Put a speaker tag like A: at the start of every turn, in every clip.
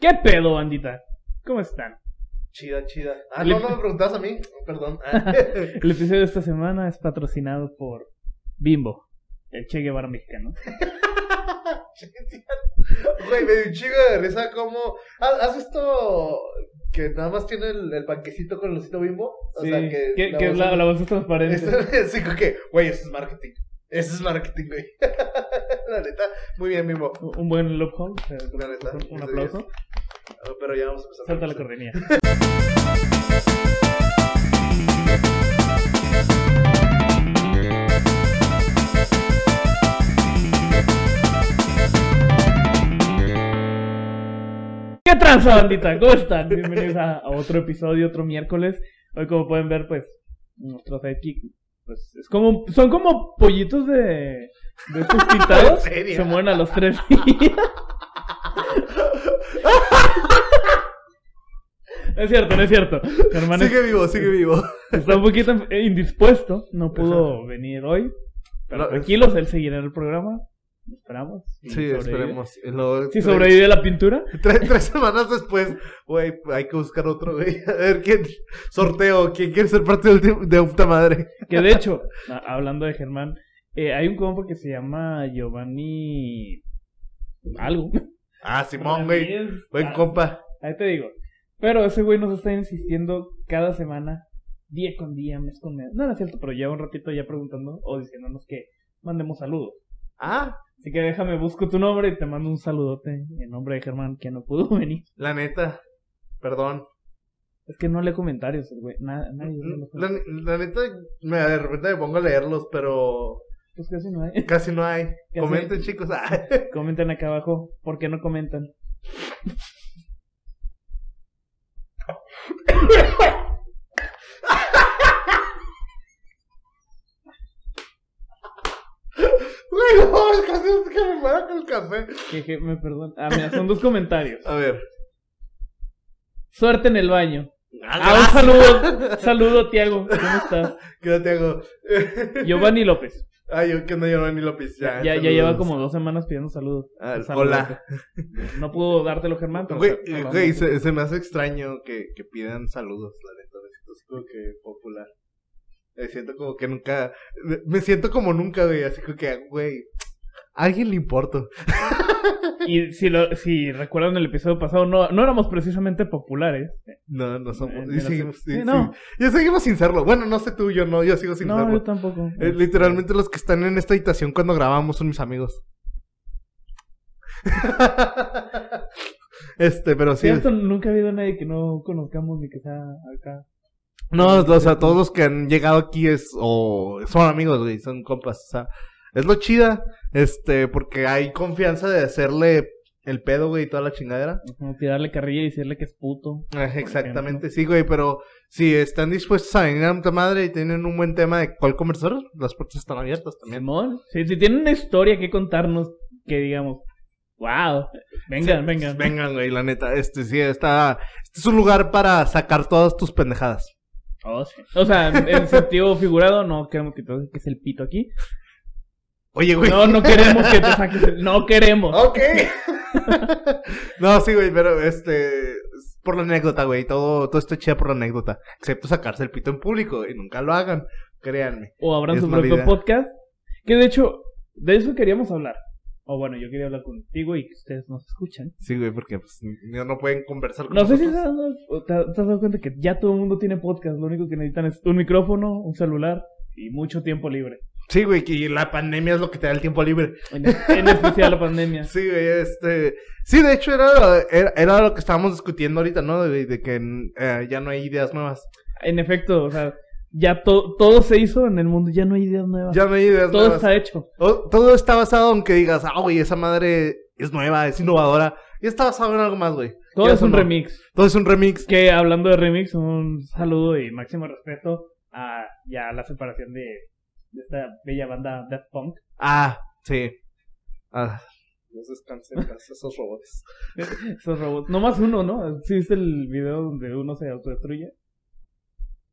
A: ¿Qué pedo, bandita? ¿Cómo están?
B: Chida, chida. Ah,
A: Le-
B: no, no me preguntabas a mí. Perdón.
A: El episodio de esta semana es patrocinado por Bimbo, el Che Guevara mexicano.
B: Güey, me dio un chingo de risa como... ¿Has has visto que nada más tiene el, el panquecito con el osito bimbo? O
A: Sí,
B: sea, que...
A: que,
B: la
A: que es
B: bolsa-
A: la, la bolsa transparente.
B: Eso- sí, como que, güey, eso es marketing. Eso es marketing, güey. la neta, muy bien, bimbo.
A: Un buen loophole. o sea,
B: La neta.
A: un- Un
B: eso
A: aplauso.
B: es. Ah, Pero ya vamos a empezar.
A: Salta la correnía. ¿Qué tranza, bandita? ¿Cómo están? Bienvenidos a, a otro episodio, otro miércoles. Hoy, como pueden ver, pues, nuestros sidekick, pues, es como, son como pollitos de, de estos pintados.
B: ¿En serio?
A: Se mueren a los tres días. No es cierto, no es cierto. Mi hermano
B: Sigue vivo, sigue vivo.
A: está un poquito indispuesto, no pudo venir hoy. Pero
B: No,
A: tranquilos, él seguirá en el programa. Esperamos. Si
B: Sí,
A: sobrevive.
B: esperemos. Lo-
A: Si sobrevive la pintura,
B: Tres, tres semanas después, güey, hay que buscar otro, güey. A ver quién. Sorteo, quién quiere ser parte del team de puta madre.
A: que de hecho, a- hablando de Germán, eh, hay un compa que se llama Giovanni. Algo.
B: Ah, Simón, güey.
A: Ramírez.
B: Buen
A: Ah,
B: compa.
A: Ahí te digo. Pero ese güey nos está insistiendo cada semana, día con día, mes con mes. No, no es cierto, pero lleva un ratito ya preguntando o diciéndonos que mandemos saludos.
B: Ah,
A: Así que déjame, busco tu nombre y te mando un saludote en nombre de Germán, que no pudo venir.
B: la neta. Perdón.
A: Es que no lee comentarios, el güey. Nada, nadie. lee los
B: La, la neta, me, de repente me pongo a leerlos, pero
A: Pues casi no hay.
B: casi no hay.
A: Ya
B: Comenten, chicos. Ah,
A: Comentan acá abajo. ¿Por qué no comentan?
B: Güey, no, es casi es que me muero con el café.
A: Que, que me perdón. Ah, mira, son dos comentarios.
B: A ver.
A: Suerte en el baño. Ah, un
B: Ah,
A: saludo. Saludo, Tiago. ¿Cómo estás?
B: ¿Qué onda, Tiago?
A: Giovanni López.
B: Ay, yo que no lloró ni López.
A: Ya,
B: Ya,
A: ya
B: Ah, saludos.
A: lleva como dos semanas pidiendo saludos.
B: Ah,
A: Un saludo.
B: hola.
A: No pudo dártelo, Germán. pero te-
B: Güey,
A: te
B: eh,
A: lo
B: güey,
A: mando.
B: se, se me hace extraño que, que pidan saludos, la neta. Me siento así como que popular. Me siento como que nunca. me- Me siento como nunca, güey. Así como que, güey. A alguien le importo.
A: Y si, lo, si recuerdan el episodio pasado, no, no éramos precisamente populares. Eh,
B: No, no somos.
A: En-
B: y
A: en
B: seguimos,
A: la-
B: sí,
A: Sí, no.
B: sí. Ya seguimos sin serlo. Bueno, no sé tú, yo no. Yo sigo sin
A: No,
B: serlo.
A: yo tampoco.
B: Eh, literalmente los que están en esta habitación cuando grabamos son mis amigos. este, pero sí.
A: Cierto, nunca ha habido nadie que no conozcamos ni que sea acá.
B: No, o sea, todos los que han llegado aquí es o son amigos, güey, son compas, o sea, es lo chida, este, porque hay confianza de hacerle el pedo, güey, y toda la chingadera.
A: Como tirarle carrilla y decirle que es puto.
B: Eh, Exactamente, sí, güey, pero si están dispuestos a venir a tu madre y tienen un buen tema de cuál conversar, las puertas están abiertas también.
A: Simón. Si, si tienen una historia que contarnos, que digamos, wow, vengan,
B: Sí,
A: vengan.
B: Vengan, güey, la neta, este sí está, este es un lugar para sacar todas tus pendejadas.
A: Oh, sí. O sea, en- en sentido figurado, no queremos que te saques el pito aquí.
B: Oye, güey.
A: No, no queremos que te saques el... No queremos.
B: Ok. no, sí, güey, pero este. es Por la anécdota, güey. Todo, todo está chida por la anécdota. Excepto sacarse el pito en público. Y nunca lo hagan. Créanme.
A: O abran
B: Es
A: su
B: mala
A: propio
B: idea.
A: podcast. Que de hecho, de eso queríamos hablar. O bueno, yo quería hablar contigo y que ustedes nos escuchan.
B: Sí, güey, porque pues, no no pueden conversar con
A: No sé si te
B: nosotros.
A: has, dado, o te has- te has dado cuenta que ya todo el mundo tiene podcast. Lo único que necesitan es un micrófono, un celular y mucho tiempo libre.
B: Sí, güey, que la pandemia es lo que te da el tiempo libre.
A: En, en especial la pandemia.
B: Sí, güey, este. Sí, de hecho, era, era, era lo que estábamos discutiendo ahorita, ¿no? De, de que eh, ya no hay ideas nuevas.
A: En efecto, o sea, ya to- todo se hizo en el mundo. Ya no hay ideas nuevas.
B: Ya no hay ideas
A: Ah. todo
B: nuevas.
A: está hecho.
B: O- Todo está basado en que digas, ah, güey, esa madre es nueva, es innovadora. Y está basado en algo más, güey.
A: Todo
B: Ya
A: es un
B: sonó.
A: remix.
B: Todo es un remix.
A: Que hablando de remix, un saludo y máximo respeto a ya la separación de, de esta bella banda Death Punk.
B: Ah, sí. Ah. Los descansen esos robots.
A: Esos robots. No más uno, ¿no? ¿Sí viste el video donde uno se autodestruye?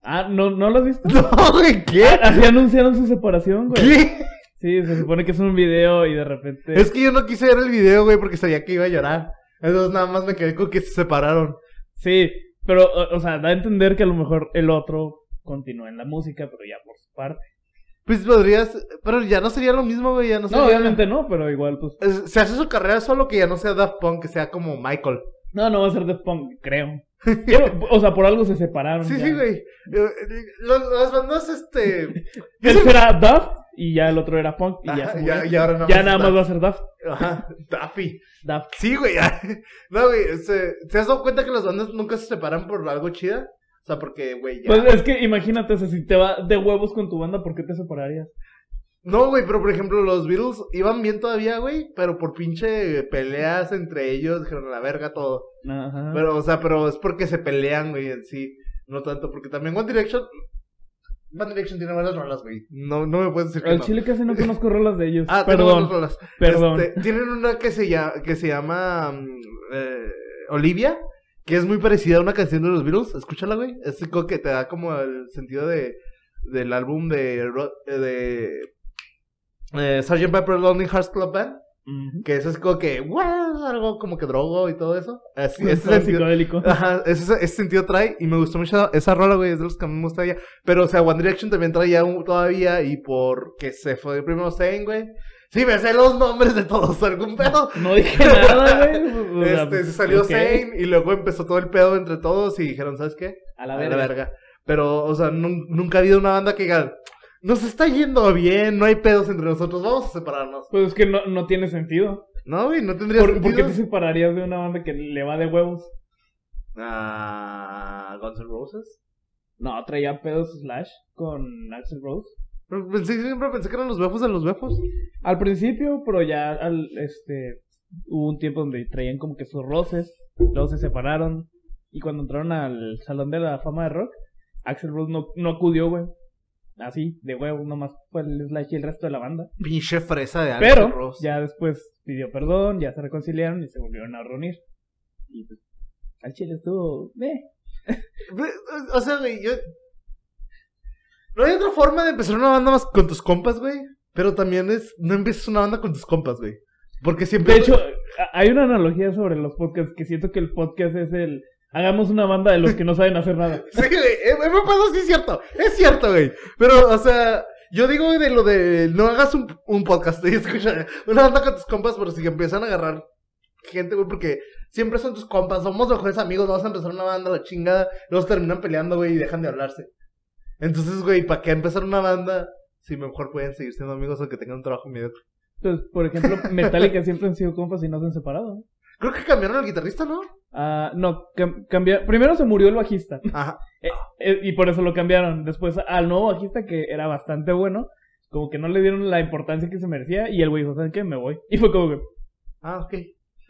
A: Ah, ¿no, ¿no lo has visto?
B: No, güey, ¿qué?
A: Ah, Así anunciaron su separación, güey.
B: ¿Qué?
A: Sí, se supone que es un video y de repente...
B: Es que yo no quise ver el video, güey, porque sabía que iba a llorar. Entonces nada más me quedé con que se separaron.
A: Sí, pero, o, o sea, da a entender que a lo mejor el otro continúa en la música, pero ya por su parte.
B: Pues podrías. Pero ya no sería lo mismo, güey. Ya no
A: No,
B: sería.
A: obviamente no, pero igual, pues.
B: Es- Se hace su carrera solo que ya no sea Daft Punk, que sea como Michael.
A: No, no va a ser de Punk, creo. Pero, o sea, por algo se separaron.
B: Sí,
A: Ah, ya.
B: sí, güey. Eh, eh, los- Las bandas, este.
A: Él será Daft y ya el otro era Punk y ya
B: ajá,
A: se
B: ya,
A: murió.
B: y ahora nada
A: Ya nada más va
B: Daft-
A: a ser Daft.
B: Ajá, Daffy.
A: Daft.
B: Sí, güey. ya. No, güey. Se, ¿Te has dado cuenta que las bandas nunca se separan por algo chida? O sea, porque, güey, ya.
A: Pues es que imagínate, o sea, si te va de huevos con tu banda, ¿por qué te separarías?
B: No, güey, pero por ejemplo, los Beatles iban bien todavía, güey. Pero por pinche peleas entre ellos, dijeron la verga todo.
A: Ajá.
B: Pero, o sea, pero es porque se pelean, güey, en sí. No tanto, porque también One Direction. One Direction tiene buenas rolas, güey. No, no me puedes decir que
A: Al
B: no.
A: chile casi no conozco rolas de ellos.
B: Ah, tiene buenas
A: perdón,
B: rolas.
A: perdón.
B: Este, tienen una que se llama, que se llama mm, eh, Olivia, que es muy parecida a una canción de los Beatles. Escúchala, güey. Es como que te da como el sentido de del álbum de Ro- eh, de eh, Sgt. Pepper Lonely Hearts Club Band,
A: Ujú.
B: que eso es como que wow, algo como que drogo y todo eso. Así, ese
A: Todo
B: sentido.
A: psicodélico.
B: Ajá, ese, ese sentido trae y me gustó mucho esa rola, güey, es de los que a mí me gusta ya. Pero, o sea, One Direction también traía un, todavía y porque se fue primero Zayn, güey. Sí, me sé los nombres de todos, algún pedo.
A: No dije nada, güey. O sea, pues,
B: Este, se salió
A: ok.
B: Zayn y luego empezó todo el pedo entre todos y dijeron, ¿sabes qué?
A: A
B: A
A: la
B: la
A: verga.
B: verga. Pero, o sea, nun- nunca ha habido una banda que diga, nos está yendo bien, no hay pedos entre nosotros, vamos a separarnos.
A: Pues es que no, no tiene sentido.
B: No, güey, no tendría
A: ¿Por, por
B: sentido.
A: qué te separarías de una banda que le va de huevos?
B: Ah, Guns N' Roses.
A: No, traía pedos Slash con Axel Rose.
B: Pero pensé- siempre pensé que eran los befos de los befos.
A: Al principio, pero ya al, este, hubo un tiempo donde traían como que sus roces, luego se separaron y cuando entraron al Salón de la Fama de Rock, Axel Rose no, no acudió, güey. Así, de huevo, nomás fue el Slash y el resto de la banda.
B: Pinche fresa de Axl
A: Pero
B: Rose.
A: ya después pidió perdón, ya se reconciliaron y se volvieron a reunir. Y pues, al chile estuvo, eh,
B: Ve- O sea, güey, yo. No hay otra forma de empezar una banda más con tus compas, güey. Pero también es. No empieces una banda con tus compas, güey. Porque siempre.
A: De hecho, a- hay una analogía sobre los podcasts que siento que el podcast es el hagamos una banda de los que no saben hacer nada.
B: Sí, güey. eh, Me pasó, sí, es cierto. Es cierto, güey. Pero, o sea. Yo digo güey, de lo de. No hagas un, un podcast. Y escucha. Una banda con tus compas, pero si que empiezan a agarrar gente, güey, porque. Siempre son tus compas, somos los mejores amigos, vamos a empezar una banda, la chingada, luego se terminan peleando, güey, y dejan de hablarse. Entonces, güey, ¿para qué empezar una banda si mejor pueden seguir siendo amigos aunque tengan un trabajo medio
A: Entonces, por ejemplo, Metallica siempre han sido compas y no se han separado.
B: Creo que cambiaron al guitarrista, ¿no?
A: Ah, no, cam- cambia- primero se murió el bajista
B: Ajá.
A: eh, y por eso lo cambiaron. Después al nuevo bajista que era bastante bueno, como que no le dieron la importancia que se merecía y el güey dijo, ¿saben qué? Me voy. Y fue como que...
B: Ah, ok.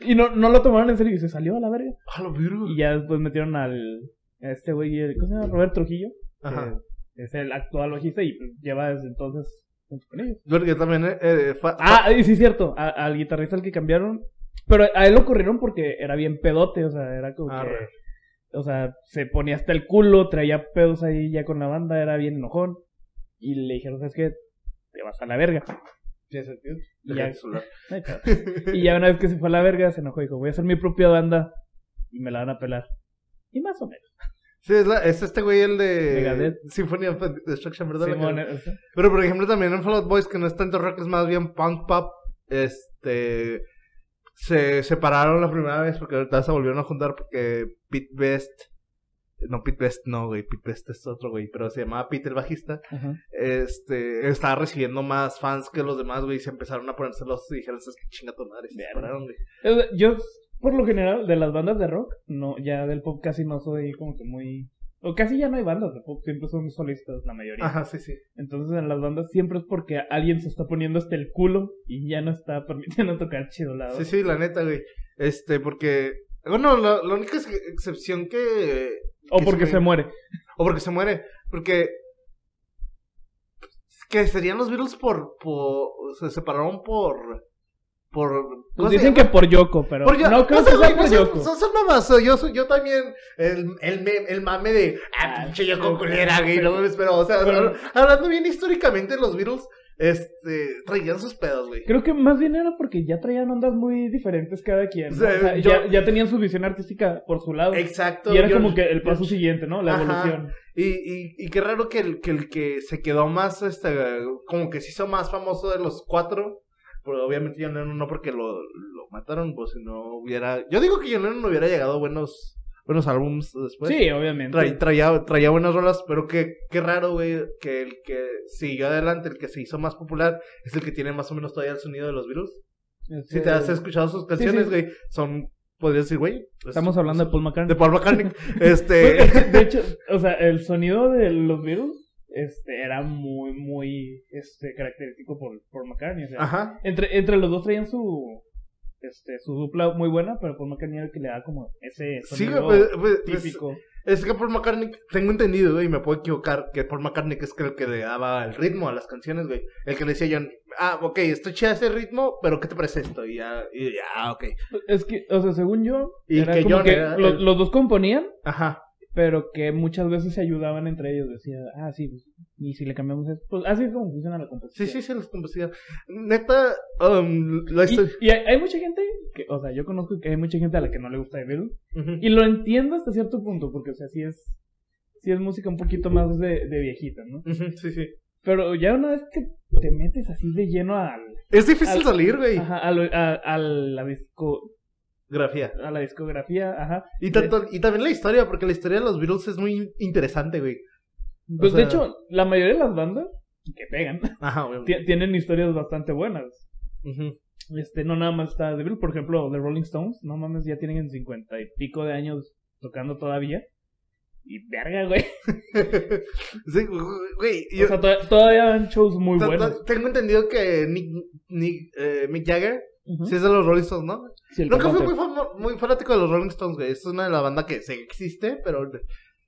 A: Y no, no lo tomaron en serio y se salió a la verga.
B: Ah, lo virgo.
A: Y ya después metieron al... A este güey, el- ¿cómo se llama? Robert Trujillo. eh,
B: Ajá.
A: que es el actual bajista y pues, lleva desde entonces junto con ellos.
B: Porque también, eh, eh, fa- fa-
A: Ah, y sí, es cierto, a- al guitarrista al que cambiaron. Pero a él lo corrieron porque era bien pedote, o sea, era como
B: Arre.
A: que. O sea, se ponía hasta el culo, traía pedos ahí ya con la banda, era bien enojón. Y le dijeron, ¿sabes qué? Te vas a la verga.
B: Tiene sentido.
A: Y
B: Deja
A: ya,
B: de celular.
A: y ya una vez que se fue a la verga, se enojó y dijo, voy a hacer mi propia banda y me la van a pelar. Y más o menos.
B: Sí, es, la- es este güey el de
A: Megadeth.
B: Symphony of Destruction, ¿verdad? La
A: Simón, eh.
B: que-
A: o sea,
B: Pero por ejemplo también en Fall Out Boys, que no es tanto rock, es más bien punk pop, este se separaron la primera vez porque ahorita se volvieron a juntar porque Pete Best, no Pete Best no güey, Pete Best es otro güey, pero se llamaba Pete el bajista,
A: ajá.
B: este, estaba recibiendo más fans que los demás, güey, y se empezaron a ponerse los y dijeron, es que chinga tu madre, y se
A: Verga.
B: separaron, güey.
A: O sea, Yo, por lo general, de las bandas de rock, no, ya del pop casi no soy como que muy. O casi ya no hay bandas de pop, siempre son solistas la mayoría.
B: Ajá, sí, sí.
A: Entonces en las bandas siempre es porque alguien se está poniendo hasta el culo y ya no está permitiendo tocar chido la
B: Sí, sí, la neta, güey. Este, porque bueno, la, la única ex- excepción que
A: O
B: que
A: porque
B: se-
A: se muere.
B: O porque se muere. Porque. Que serían los Beatles por. por se separaron por. Por. ¿cómo
A: Pues
B: se
A: dicen
B: llama?
A: que por Yoko, pero.
B: Por yo-
A: no creo
B: no
A: que sea
B: sé, güey,
A: por
B: no sé,
A: Yoko.
B: son- son mamás, Yo, soy- yo también. El, el, me- el mame de. Ah,
A: Ah,
B: pinche
A: sí,
B: yo con
A: sí,
B: culera, güey.
A: sí.
B: No mames, pero, o sea,
A: Pero-
B: habla- hablando bien históricamente, los Beatles. Este, traían sus pedos, güey.
A: Creo que más bien era porque ya traían ondas muy diferentes cada quien. ¿no?
B: O sea,
A: O sea,
B: yo-
A: ya, ya tenían su visión artística por su lado.
B: Exacto.
A: Y era
B: yo-
A: como que el paso siguiente, ¿no? La
B: Ajá.
A: evolución.
B: Y, y, y qué raro que el, que el que se quedó más, este, como que se hizo más famoso de los cuatro. Pero obviamente John Lennon no porque lo, lo mataron, pues si no hubiera... Yo digo que John Lennon hubiera llegado a buenos, buenos álbums después.
A: sí, obviamente.
B: Tra- traía, traía buenas rolas, pero qué, qué raro, güey, que el que siguió adelante, el que se hizo más popular, es el que tiene más o menos todavía el sonido de los virus.
A: Este,
B: Si te has escuchado sus canciones,
A: sí.
B: güey, son, podrías decir, güey. es-
A: Estamos hablando de Paul
B: de
A: McCartney.
B: Paul McCartney.
A: Güey, es que,
B: este.
A: De hecho, o sea, el sonido de los Beatles este, era muy, muy este, característico por, por McCartney. O sea,
B: Ajá.
A: entre, entre los dos traían su este, su dupla muy buena, pero Paul McCartney era el que le da como ese
B: Sí,
A: sonido
B: güey, pues, pues, es,
A: típico.
B: es que Paul McCartney, tengo entendido, güey, y me puedo equivocar, que Paul McCartney es que el que le daba el ritmo a las canciones, güey. El que le decía a John, ah, ok, estoy chida ese ritmo, pero ¿qué te parece esto? Y ya, y ya, ok.
A: Es que, o sea, según yo,
B: Y
A: era
B: que
A: como
B: John
A: que
B: era
A: lo-
B: el-
A: los dos componían,
B: Ajá.
A: pero que muchas veces se ayudaban entre ellos. Decía, ah, sí, pues, y si le cambiamos esto, pues así es como funciona la
B: Sí,
A: composición.
B: sí, sí, las composiciones. Neta, um, lo
A: Y-
B: estoy.
A: Y, hay, hay mucha gente, que, o sea, yo conozco que hay mucha gente a la que no le gusta de Beatles.
B: Ujú.
A: Y lo entiendo hasta cierto punto, porque, o sea, sí es, sí es música un poquito más de, de viejita, ¿no?
B: Ujú, Sí, sí.
A: Pero ya una vez que te metes así de lleno al,
B: Es difícil
A: Al-
B: salir, güey.
A: ajá, a, lo- a- a la disco,
B: Grafía.
A: a la discografía, ajá.
B: Y, tanto, y también la historia, porque la historia de los Beatles es muy interesante, güey.
A: Pues, de
B: sea-
A: hecho, la mayoría de las bandas que pegan
B: Ajá, güey.
A: ti- tienen historias bastante buenas.
B: Ujú.
A: Este, no nada más está The Beatles, por ejemplo, The Rolling Stones, no mames, ya tienen cincuenta y pico de años tocando todavía. Y verga, güey.
B: sí, güey.
A: O
B: yo-
A: sea, to- todavía dan shows muy
B: ta- ta-
A: buenos.
B: Tengo entendido que Nick, Nick, eh, Mick Jagger
A: Ujú.
B: sí es de los Rolling Stones, ¿no?
A: Sí, el
B: Nunca fui
A: cantante.
B: muy, famo- muy fanático de los Rolling Stones, güey. Es una de las bandas que se existe, pero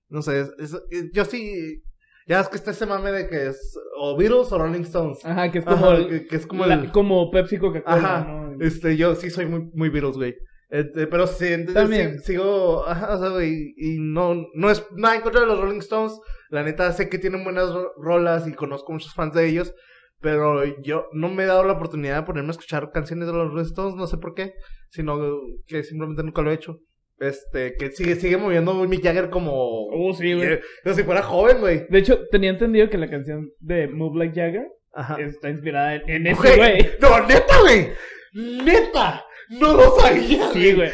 B: no sé. es- es- yo sí. Ya es que está ese mame de que es o Beatles o Rolling Stones.
A: Ajá, que es Ah, como,
B: Ajá,
A: el-
B: que, que es como
A: como, la-
B: el.
A: como Pepsi Coca-Cola,
B: Ajá,
A: ¿no?
B: Este, yo sí soy muy, muy Beatles, güey. Este, pero sí, entonces
A: También.
B: sí, sigo, ajá, o sea, güey, y no, no es nada en contra de los Rolling Stones. La neta, sé que tienen buenas ro- rolas y conozco muchos fans de ellos, pero yo no me he dado la oportunidad de ponerme a escuchar canciones de los Rolling Stones, no sé por qué, sino que simplemente nunca lo he hecho. Este, que sigue, sigue moviendo Mick Jagger como, eh,
A: Oh, sí, güey.
B: como si fuera joven, güey.
A: De hecho, tenía entendido que la canción de Move Like Jagger
B: Ajá.
A: está inspirada en, en ese güey.
B: No, neta, güey. Neta. No lo sabía.
A: Sí, güey.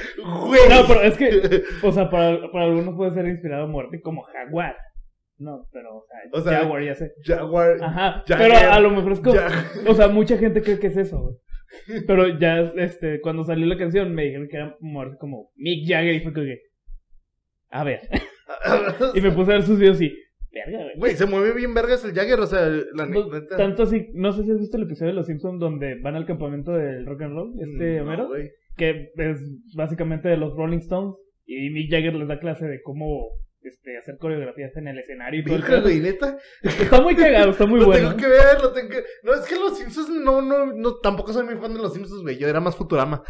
B: Güey.
A: No, pero es que, o sea, para, para algunos puede ser inspirado en muerte como Jaguar. No, pero, o sea,
B: O sea,
A: Jaguar, ya sé.
B: Jaguar.
A: Ajá,
B: Jagger.
A: pero a lo mejor es como,
B: Ja-
A: o sea, mucha gente cree que es eso, güey. Pero ya, este, cuando salió la canción me dijeron que era muerte como Mick Jagger y fue como que, a ver. Y me puse a ver sus videos y, verga, güey.
B: Güey, se mueve bien vergas el Jagger, o sea, la
A: Pues,
B: neta.
A: tanto así, no sé si has visto el episodio de Los Simpsons donde van al campamento del rock and roll, este
B: Mm, No,
A: Homero,
B: güey.
A: que es básicamente de los Rolling Stones y Mick Jagger les da clase de cómo este, hacer coreografías en el escenario y todo el
B: Virgen,
A: pedo.
B: güey, neta.
A: Está muy cagado, está muy
B: lo
A: bueno.
B: tengo que ver, lo tengo que... No, es que los Simpsons, no, no, no, tampoco soy muy fan de los Simpsons, güey. Yo era más Futurama.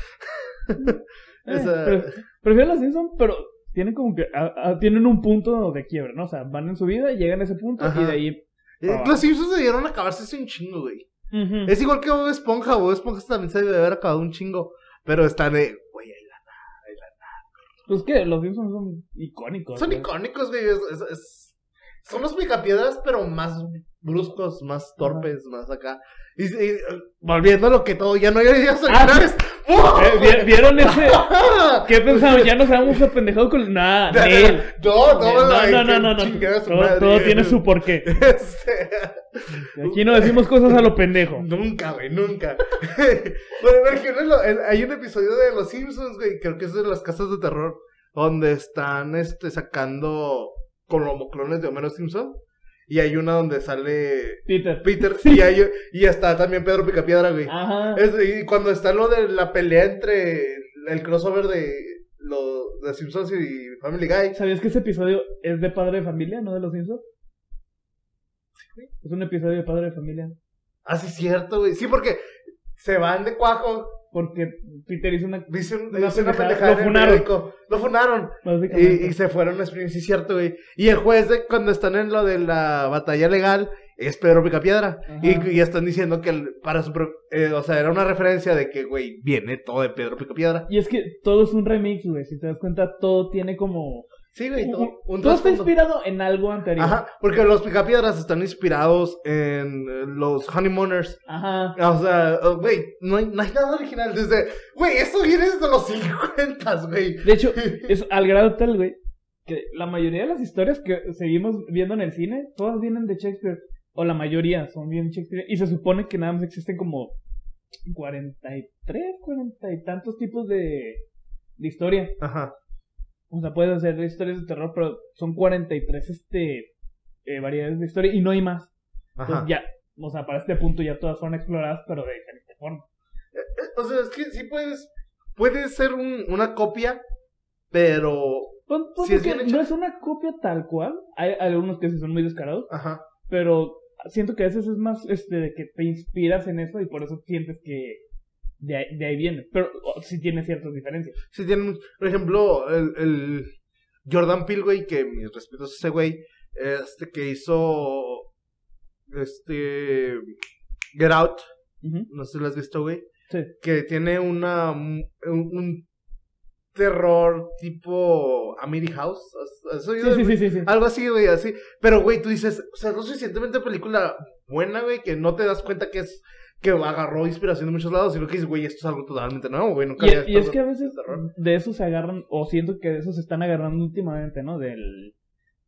A: Eh,
B: o sea-
A: pre- prefiero Los Simpsons, pero tienen como que a- a- tienen un punto de quiebre, ¿no? O sea, van en su vida, llegan a ese punto
B: Ajá.
A: y de ahí
B: Eh,
A: Ah.
B: Los Simpsons debieron acabarse hace un chingo, güey.
A: ujú.
B: Es igual que Bob Esponja, Bob Esponja también se debe haber acabado un chingo. Pero están de, güey,
A: Pues que los Simpsons son icónicos.
B: Son
A: güey.
B: icónicos, güey. es- es- es- son los picapiedras, pero más bruscos, más torpes, más acá. Y, y, eh, volviendo a lo que todo, ya no hay ideas
A: Ah,
B: originales. ¡Oh!
A: Eh, ¿vie- ¿Vieron ese? ¿Qué pensaban? Ya nos habíamos apendejado con nada.
B: No,
A: Nel.
B: No, no, ay,
A: No, no,
B: qué
A: no, no,
B: chingada
A: no.
B: su
A: Todo,
B: madre.
A: todo tiene su porqué.
B: Este,
A: Aquí no decimos cosas a lo pendejo.
B: Nunca, güey, nunca. bueno, por ejemplo, lo- el- hay un episodio de Los Simpsons, güey, creo que es de las casas de terror, donde están este, sacando con los moclones de Homero Simpson. Y hay una donde sale
A: Peter.
B: Peter y, hay, y está también Pedro Picapiedra, güey.
A: Ajá.
B: Es- y cuando está lo de la pelea entre el crossover de los de Simpsons y Family Guy.
A: ¿Sabías que ese episodio es de Padre de Familia, no de Los Simpsons? Es un episodio de Padre de Familia.
B: Ah, sí, es cierto, güey. Sí, porque se van de cuajo.
A: Porque Peter hizo una...
B: Dice, un-
A: Una
B: dice una
A: pendejada.
B: pendejada.
A: Lo
B: en el
A: funaron.
B: periódico. Lo funaron.
A: básicamente.
B: Y, y se fueron a Springfield, sí, es cierto, güey. Y el juez, de, cuando están en lo de la batalla legal, es Pedro Picapiedra.
A: Ajá.
B: Y, y están diciendo que el- para su. pro- eh, o sea, era una referencia de que, güey, viene todo de Pedro Picapiedra.
A: Y es que todo es un remix, güey. Si te das cuenta, todo tiene como.
B: Sí, güey, todo.
A: un-
B: Un
A: todo está
B: trasfondo.
A: inspirado en algo anterior. Ajá.
B: Ajá, porque los Picapiedras están inspirados en eh, los Honeymooners. O sea, oh, güey, no hay, no hay nada original. Desde, güey, eso viene desde los 50, güey.
A: De hecho, es al grado tal, güey, que la mayoría de las historias que seguimos viendo en el cine, todas vienen de Shakespeare. O la mayoría son bien Shakespeare. Y se supone que nada más existen como 43, 40 y tantos tipos de, de historia.
B: Ajá.
A: O sea, puedes hacer historias de terror, pero son 43 este, eh, variedades de historia y no hay más. Entonces
B: Ajá.
A: ya, o sea, para este punto ya todas fueron exploradas, pero de diferente forma.
B: O sea, es que sí puedes. Puede ser un- una copia, pero.
A: Pon- pon
B: Sí, es
A: que
B: bien hecha.
A: no es una copia tal cual. Hay algunos que sí son muy descarados,
B: Ajá.
A: pero siento que a veces es más este, de que te inspiras en eso y por eso sientes que de ahí, de ahí viene. Pero o, sí tiene ciertas diferencias.
B: Sí tienen. Por ejemplo, el, el Jordan Peele, güey, que mis respetos a ese güey, este que hizo. Este. Get Out.
A: Ujú.
B: No sé si lo has visto, güey.
A: Sí.
B: Que tiene una. Un, un terror tipo. Amity House. ¿Has- has oído
A: Sí,
B: de-
A: sí, sí, sí. sí.
B: Algo así, güey, así. Pero, güey, tú dices, o sea, no suficientemente película buena, güey, que no te das cuenta que es que agarró inspiración de muchos lados, sino que dices, güey, esto es algo totalmente nuevo, güey, nunca había
A: Y, y es
B: estado-
A: que a veces
B: terror.
A: de eso se agarran, o siento que de eso se están agarrando últimamente, ¿no? Del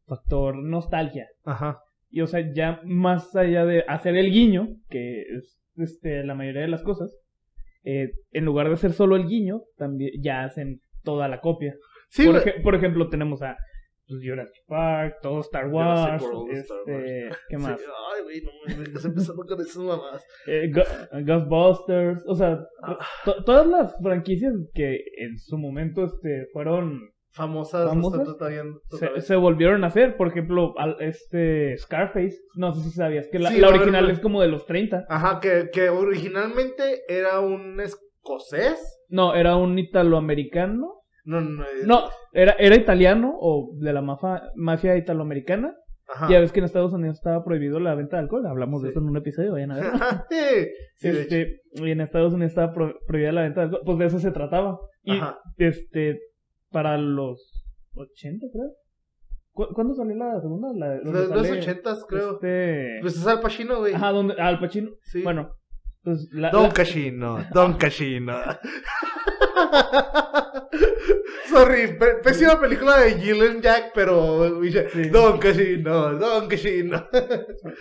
A: factor nostalgia.
B: Ajá,
A: Y o sea, ya más allá de hacer el guiño, que es este, la mayoría de las cosas, eh, en lugar de hacer solo el guiño, también ya hacen toda la copia.
B: sí,
A: por,
B: güey.
A: ej- por ejemplo, tenemos a pues, Jurassic Park, todo Star Wars,
B: Jurassic World, Star
A: este, ¿qué
B: Sí,
A: más?
B: Ay, güey, no mames, estás empezando con esas mamás.
A: Eh, Go- Ghostbusters, o sea, to- todas las franquicias que en su momento este, fueron
B: Famosas,
A: ¿Famosas?
B: ¿Famosas? Está bien,
A: se, se volvieron a hacer. Por ejemplo, al- este Scarface. No sé si sabías que la,
B: Sí,
A: la
B: la
A: original
B: verdad.
A: es como de los 30.
B: Ajá, que, que originalmente era un escocés.
A: No, era un italoamericano.
B: No, no, eh,
A: No, era, era italiano o de la mafa- mafia italoamericana.
B: Ajá.
A: Ya ves que en Estados Unidos estaba prohibido la venta de alcohol. Hablamos de
B: Ah. Sí.
A: eso en un episodio, vayan a ver.
B: sí, sí, de hecho.
A: este, y en Estados Unidos estaba pro- prohibida la venta de alcohol. Pues de eso se trataba. Y
B: Ajá.
A: este, para los 80, creo. ¿Cu- ¿Cuándo salió la segunda? La, donde
B: Los, los
A: sale,
B: ochentas, creo.
A: este,
B: Pues es Al Pacino, güey.
A: Ajá, donde Al Pacino.
B: Sí.
A: Bueno, pues la,
B: Don
A: la-
B: Cashino, Don Cashino. Sorry, pe- pésima película de Gillian Jack, pero
A: Sí.
B: Don Cashino, Don Cashino.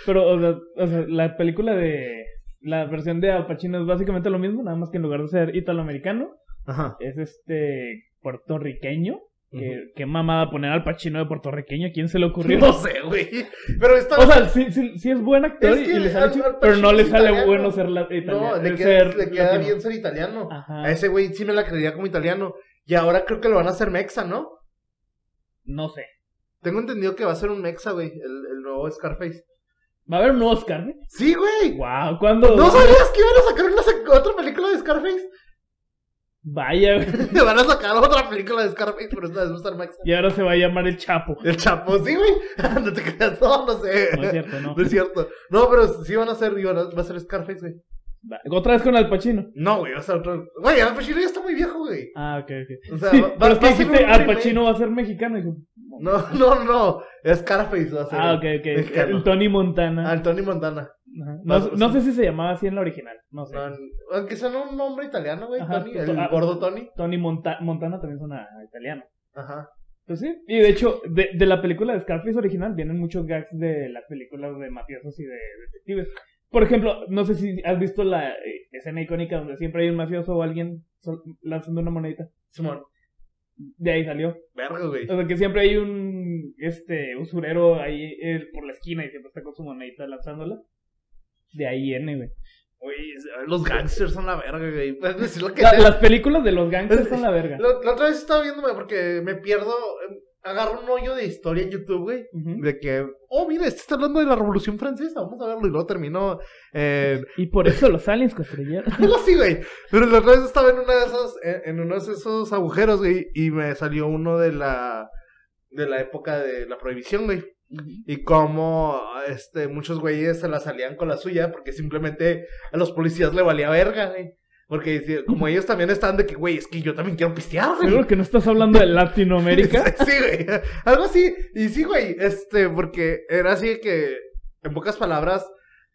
A: pero o sea, o sea, la película de la versión de Al Pacino es básicamente lo mismo, nada más que en lugar de ser italoamericano
B: Ajá.
A: es este puertorriqueño. Que,
B: Ujú.
A: Qué mamada poner al Pacino de puertorriqueño, ¿a quién se le ocurrió?
B: No sé, güey. Pero esta
A: O sea, sí, sí, sí es buen actor
B: Es que
A: y le sale
B: Al-
A: chido,
B: Al Pacino
A: pero no le
B: es
A: sale
B: italiano.
A: bueno ser la italiano.
B: no, le queda,
A: ser
B: le queda
A: latino.
B: bien ser italiano.
A: Ajá.
B: A ese güey sí me la creía como italiano. Y ahora creo que lo van a hacer mexa, ¿no?
A: No sé.
B: Tengo entendido que va a ser un mexa, güey, el, el nuevo Scarface.
A: ¿Va a haber un Oscar? güey?
B: Sí, güey.
A: Guau, ¿cuándo?
B: ¿No sabías que iban a sacar una sec- otra película de Scarface?
A: Vaya, güey.
B: Le van a sacar otra película de Scarface, pero esta vez va a estar Max.
A: Y ahora se va a llamar El Chapo.
B: El Chapo, sí, güey. No te creas, no, no sé.
A: No es cierto, no.
B: No es cierto. No, pero sí van a ser, iban a- va a ser Scarface, güey.
A: Va- Otra vez con Al Pacino.
B: No, güey, va a ser otro. Güey, Al Pacino ya está muy viejo, güey.
A: Ah, ok, ok.
B: O sea,
A: Sí,
B: va, va-
A: pero es
B: va
A: que
B: a ser
A: dijiste,
B: un
A: Al
B: remake.
A: Pacino va a ser mexicano. y yo,
B: No, no, no. Scarface va a ser.
A: ah, ok, ok.
B: mexicano. Ah,
A: El Tony Montana.
B: Anthony Montana.
A: Ajá. No,
B: Vas-
A: no sé si se llamaba así en la original. No sé.
B: No, aunque sea un nombre italiano, güey.
A: Ajá,
B: Tony,
A: to-
B: el
A: ah,
B: gordo Tony.
A: Tony Monta- Montana también suena a italiano.
B: Ajá.
A: Pues sí. Y de hecho, de, de la película de Scarface original vienen muchos gags de las películas de mafiosos y de detectives. Por ejemplo, no sé si has visto la eh, escena icónica donde siempre hay un mafioso o alguien sol- lanzando una monedita.
B: Simón.
A: De ahí salió.
B: Verga, güey.
A: O sea, que siempre hay un este usurero ahí eh, por la esquina y siempre está con su monedita lanzándola. De ahí viene, güey.
B: Güey, los gangsters son la verga, güey. Puedes decir lo que
A: La-
B: sea.
A: las películas de los gangsters son la verga.
B: La, la otra vez estaba viéndome porque me pierdo. eh, Agarro un hoyo de historia en YouTube, güey.
A: Ujú.
B: De que, oh, mira, este está hablando de la Revolución Francesa. Vamos a verlo. Y luego terminó. Eh,
A: Y por eso los aliens construyeron.
B: algo así, güey. Pero la otra vez estaba en una de esas, en, en uno de esos agujeros, güey. Y me salió uno de la. De la época de la prohibición, güey. y cómo este, muchos güeyes se la salían con la suya porque simplemente a los policías le valía verga, güey. Porque si- como ellos también están de que, güey, es que yo también quiero pistear, güey.
A: Seguro que no estás hablando de Latinoamérica.
B: Sí, güey. Algo así. Y sí, güey. Este, porque era así de que, en pocas palabras,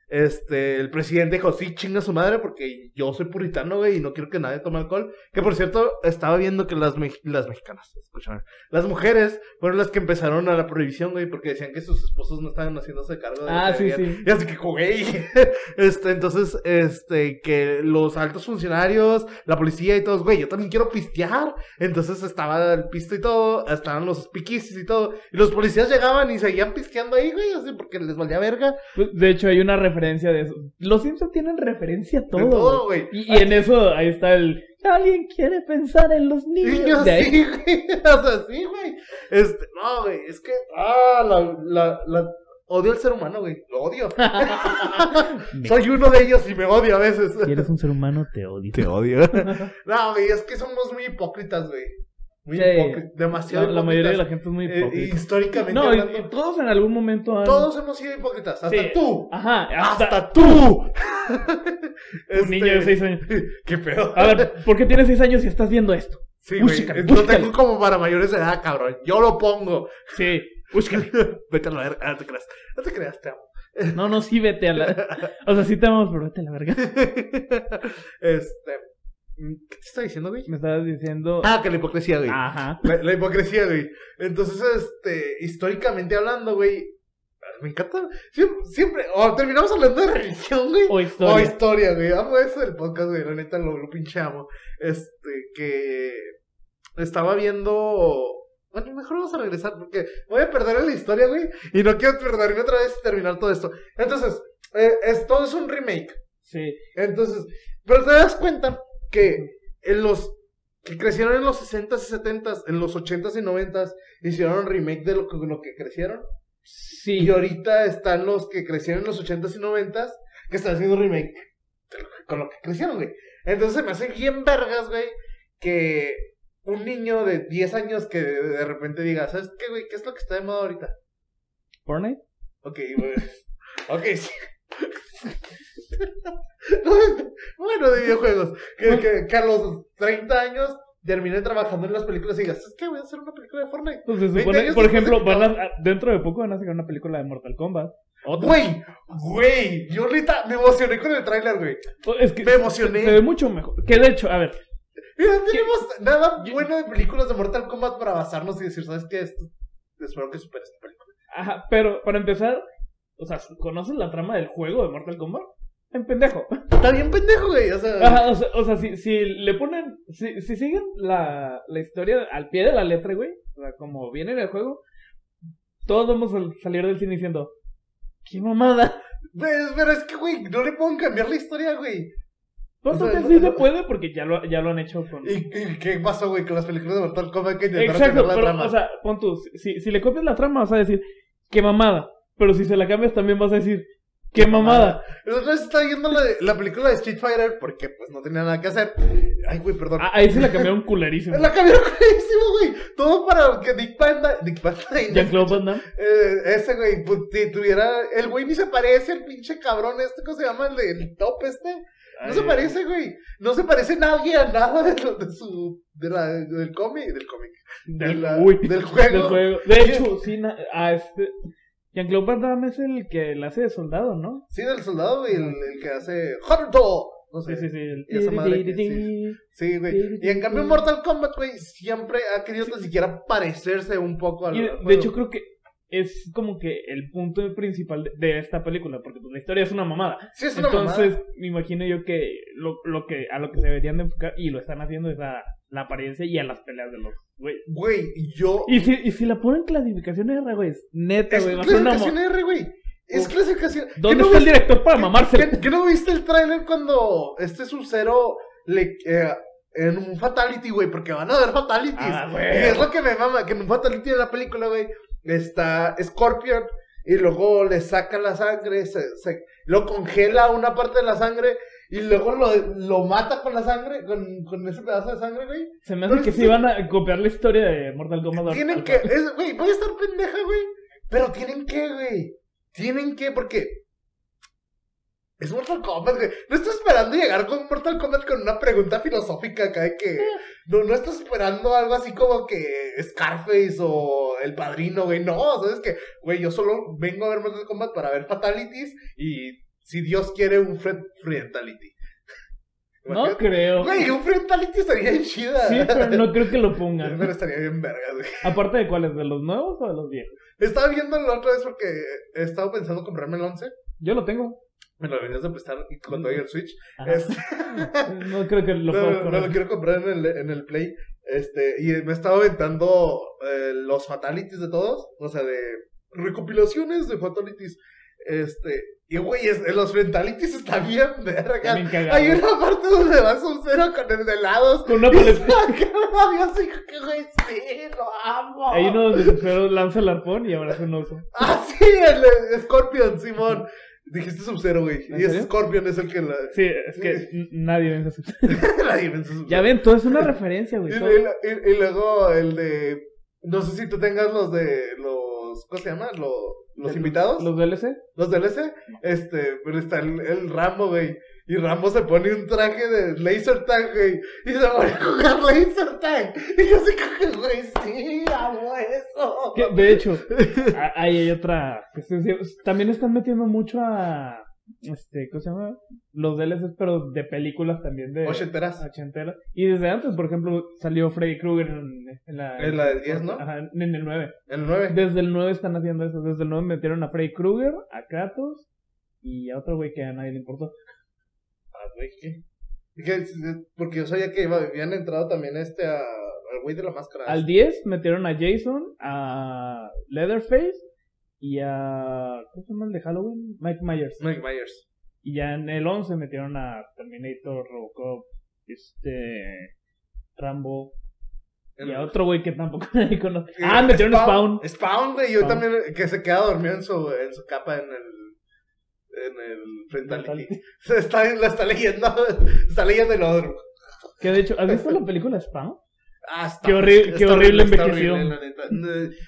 B: este, el presidente dijo, sí, chinga su madre, porque yo soy puritano, güey, y no quiero que nadie tome alcohol. Que por cierto, estaba viendo que las, mex- las mexicanas, escúchame, las mujeres fueron las que empezaron a la prohibición, güey, porque decían que sus esposos no estaban haciéndose cargo de lo
A: Ah,
B: que
A: sí,
B: bebían.
A: sí.
B: Y así que, güey, este, entonces, este, que los altos funcionarios, la policía y todos, güey, yo también quiero pistear. Entonces estaba el pisto y todo, estaban los piquis y todo. Y los policías llegaban y seguían pisteando ahí, güey, así porque les valía verga.
A: Pues, De hecho, hay una referencia de eso. Los Simpsons tienen referencia a
B: De
A: todo.
B: todo,
A: güey.
B: güey.
A: Y, y en eso, ahí está el. Alguien quiere pensar en los niños.
B: Niños,
A: De ahí-
B: sí, güey. O sea, sí, güey. Este, no, güey, es que, ah, la, la, la, odio al ser humano, güey. Lo odio. Soy uno de ellos y me odio a veces.
A: Si eres un ser humano, te odio.
B: odio. no, güey, es que somos muy hipócritas, güey. Muy
A: Sí.
B: hipócritas.
A: La,
B: Demasiado
A: la mayoría de la
B: hipócritas.
A: gente es muy
B: Eh,
A: hipócrita.
B: históricamente
A: no, y-
B: hablando,
A: y todos en algún momento han...
B: todos hemos sido hipócritas. Hasta
A: Sí.
B: tú.
A: Ajá, hasta,
B: Hasta, tú. Este,
A: un niño de 6 años.
B: Qué pedo.
A: A ver, ¿por qué tienes 6 años y estás viendo esto?
B: sí,
A: música,
B: güey. Lo
A: búscale.
B: tengo como para mayores de edad, cabrón. Yo lo pongo.
A: Sí, búscale.
B: Vete a la verga. No te creas. No te creas, te amo.
A: No, no, sí, vete a la... O sea, sí te amamos, pero vete a la verga.
B: este. ¿Qué te está diciendo, güey?
A: Me estabas diciendo...
B: Ah, que la hipocresía, güey.
A: Ajá.
B: La, la hipocresía, güey. Entonces, este, históricamente hablando, güey. Me encanta. Siempre, siempre- o terminamos hablando de religión, güey.
A: O
B: O
A: historia.
B: historia, güey. Amo eso del podcast, güey. La neta lo, lo pinche amo. Este, que estaba viendo. Bueno, mejor vamos a regresar porque voy a perder en la historia, güey. Y no quiero perderme otra vez y terminar todo esto. Entonces, eh, es- todo es un remake.
A: Sí.
B: Entonces, pero te das cuenta que en los que crecieron en los 60s y 70s, en los 80s y 90s, hicieron remake de lo que, lo que crecieron.
A: Sí.
B: Y ahorita están los que crecieron en los 80s y 90s que están haciendo remake de lo que- con lo que crecieron, güey. Entonces se me hace bien vergas, güey, que un niño de 10 años que de, de repente diga, ¿sabes qué, güey? ¿Qué es lo que está de moda ahorita?
A: ¿Fortnite?
B: Ok, güey. Ok, sí. No, este, bueno, de videojuegos. Que, que, que a los 30 años terminé trabajando en las películas y digas, ¿sabes qué? Voy a hacer una película de Fortnite.
A: Pues se
B: 20
A: supone,
B: años
A: por
B: después
A: ejemplo,
B: de que
A: van a, dentro de poco van a sacar una película de Mortal Kombat. Otra.
B: Güey, güey, yo ahorita me emocioné con el tráiler, güey.
A: Es que
B: Me emocioné.
A: se ve mucho mejor. Que de hecho, a ver,
B: Mira, no tenemos nada bueno de películas de Mortal Kombat para basarnos y decir, ¿sabes qué? Esto, espero que supere esta película.
A: Ajá, pero para empezar, o sea, ¿conoces la trama del juego de Mortal Kombat? En pendejo.
B: Está bien pendejo, güey. O sea,
A: Ajá, o sea, o sea, si, si le ponen, si, si siguen la, la historia al pie de la letra, güey, o sea, como viene en el juego, todos vamos a salir del cine diciendo, ¡qué mamada!
B: pues, pero es que, güey, no le pueden cambiar la historia, güey.
A: Pues
B: O sea,
A: entonces sí
B: no-
A: se puede porque ya lo, ya lo han hecho con...
B: ¿Y, y qué pasó, güey, con las películas de Mortal Kombat que intentaron
A: Exacto,
B: cambiar la
A: pero,
B: trama?
A: o sea, pon tú, si, si le copias la trama vas a decir, ¡qué mamada! Pero si se la cambias también vas a decir, ¡qué mamada!
B: La otra vez estaba viendo la, de- la película de Street Fighter porque pues no tenía nada que hacer. Ay, güey, perdón.
A: A- ahí se la cambiaron culerísimo.
B: La cambiaron clarísimo, güey. Todo para que Dick Panda. Dick Panda.
A: Jean-Claude Van Damme.
B: eh, ese güey, pues, si tuviera. El güey ni se parece al pinche cabrón este, ¿cómo se llama? El del top este. No se
A: Ay,
B: parece, güey. No se parece nadie a nada de, lo- de su. De la, del cómic. Del cómic. de
A: Del,
B: la-
A: uy,
B: del juego.
A: del juego. De hecho, sí, na- a este. Jean-Claude Van Damme es el que la hace de soldado, ¿no?
B: Sí, del soldado, güey. El, el que hace. ¡Horto! No sé.
A: Sí, sí, sí. el-
B: Esa madre que sí. Sí, güey. Y en cambio Mortal Kombat, güey, siempre ha querido tan siquiera parecerse un poco al
A: Y de,
B: al
A: de
B: juego.
A: hecho, creo que es como que el punto principal de, de esta película, porque pues, la historia es una mamada.
B: sí es una
A: Entonces,
B: mamada.
A: me imagino yo que lo, lo que a lo que se deberían de enfocar y lo están haciendo es a la apariencia y a las peleas de los güey.
B: Güey, yo...
A: Y si, y si la ponen clasificación R, güey, es neta,
B: es
A: güey, va a ser una
B: clasificación
A: mo-
B: R, güey. Es
A: Uf.
B: clasificación... ¿Qué
A: ¿Dónde
B: no
A: está el
B: viste-
A: director para mamárselo?
B: ¿Qué, qué no viste el tráiler cuando este Sub-Zero le... eh, en un Fatality, güey, porque van a haber Fatalities.
A: Ah, güey.
B: y es lo que me mama, que en un Fatality de la película, güey, está Scorpion y luego le saca la sangre, se- se- lo congela una parte de la sangre y luego lo, lo mata con la sangre, con, con ese pedazo de sangre, güey.
A: Se me hace
B: Pero
A: que
B: es-
A: sí van a copiar la historia de Mortal Kombat.
B: Tienen
A: al-
B: que. es- Güey, voy a estar pendeja, güey. Pero tienen que, güey. Tienen que, porque. Es Mortal Kombat, güey. No estoy esperando llegar con Mortal Kombat con una pregunta filosófica acá de
A: Eh.
B: que. No, no estoy esperando algo así como que Scarface o El Padrino, güey. No, sabes que, güey, yo solo vengo a ver Mortal Kombat para ver Fatalities y si Dios quiere un Fred Fatality.
A: No creo.
B: Güey, un Fatality estaría bien chida.
A: Sí, pero no creo que lo
B: Pero
A: pongan.
B: estaría bien verga, güey.
A: Aparte de cuáles, de los nuevos o de los viejos.
B: Estaba viendo la otra vez porque estaba pensando comprarme el 11.
A: Yo lo tengo.
B: Me lo venías de prestar y cuando hay el Switch.
A: Ajá.
B: Este,
A: No creo que lo
B: no,
A: pueda
B: no, no lo
A: correr.
B: quiero comprar en el, en el Play. Este, y me estaba aventando eh, los fatalities de todos. O sea, de recopilaciones de fatalities. Este, y güey, es- los fatalities está bien verga.
A: También cagado.
B: Hay una parte donde vas a un cero con el de helados.
A: Con una
B: Y
A: paleta.
B: saca una avión así, que, güey, sí, lo amo.
A: Ahí no, pero lanza el arpón y abraza un oso.
B: Ah, sí, el, el Scorpion, Simón. Dijiste Sub-Zero, güey.
A: ¿En
B: Y ese
A: serio?
B: Scorpion es el que la,
A: Sí, es que n- nadie vence así.
B: la dimensa Sub-Zero.
A: Ya ven, todo es una referencia,
B: Y,
A: güey. todo.
B: y- y- y luego el de. No sé si tú tengas los de. los ¿Cómo se llama? Lo- los invitados.
A: ¿Los DLC?
B: Los del S. Este, pero está el, el Rambo, güey. Y Rambo se pone un traje de laser tag, güey. Y se pone a jugar laser tag. Y yo así, como que, güey, sí, amo eso.
A: Que, de hecho, a- ahí hay otra cuestión. Sí, También están metiendo mucho a. Este, ¿Cómo se llama? Los DLCs, pero de películas también de.
B: Ochenteras.
A: eh, ochenteras. Y desde antes, por ejemplo, salió Freddy Krueger en, en la.
B: En la del 10, ¿no?
A: Ajá, en el 9.
B: El 9.
A: Desde el 9 están haciendo eso. Desde el 9 metieron a Freddy Krueger, a Kratos y a otro güey que a nadie le importó.
B: Ah, güey, ¿qué? ¿Qué? Porque yo sabía que iba- habían entrado también este a- al güey de la máscara.
A: Al 10 metieron a Jason, a Leatherface y a. ¿Cómo se llama el de Halloween? Mike Myers.
B: Mike Myers.
A: Y ya en el 11 metieron a Terminator, Robocop, este. Rambo. Y a otro güey que tampoco nadie conoce. Ah, metieron a Spawn.
B: Spawn, güey. Yo
A: Spawn.
B: también, que se queda dormido en su, en su capa en el. En el Fatality.
A: Fatality.
B: Se está, la está leyendo. Está leyendo el otro.
A: Que de hecho, ¿has visto la película Spawn?
B: Ah, está-
A: Qué horrible-
B: está
A: qué horrible
B: está
A: envejeció.
B: horrible, la neta. No,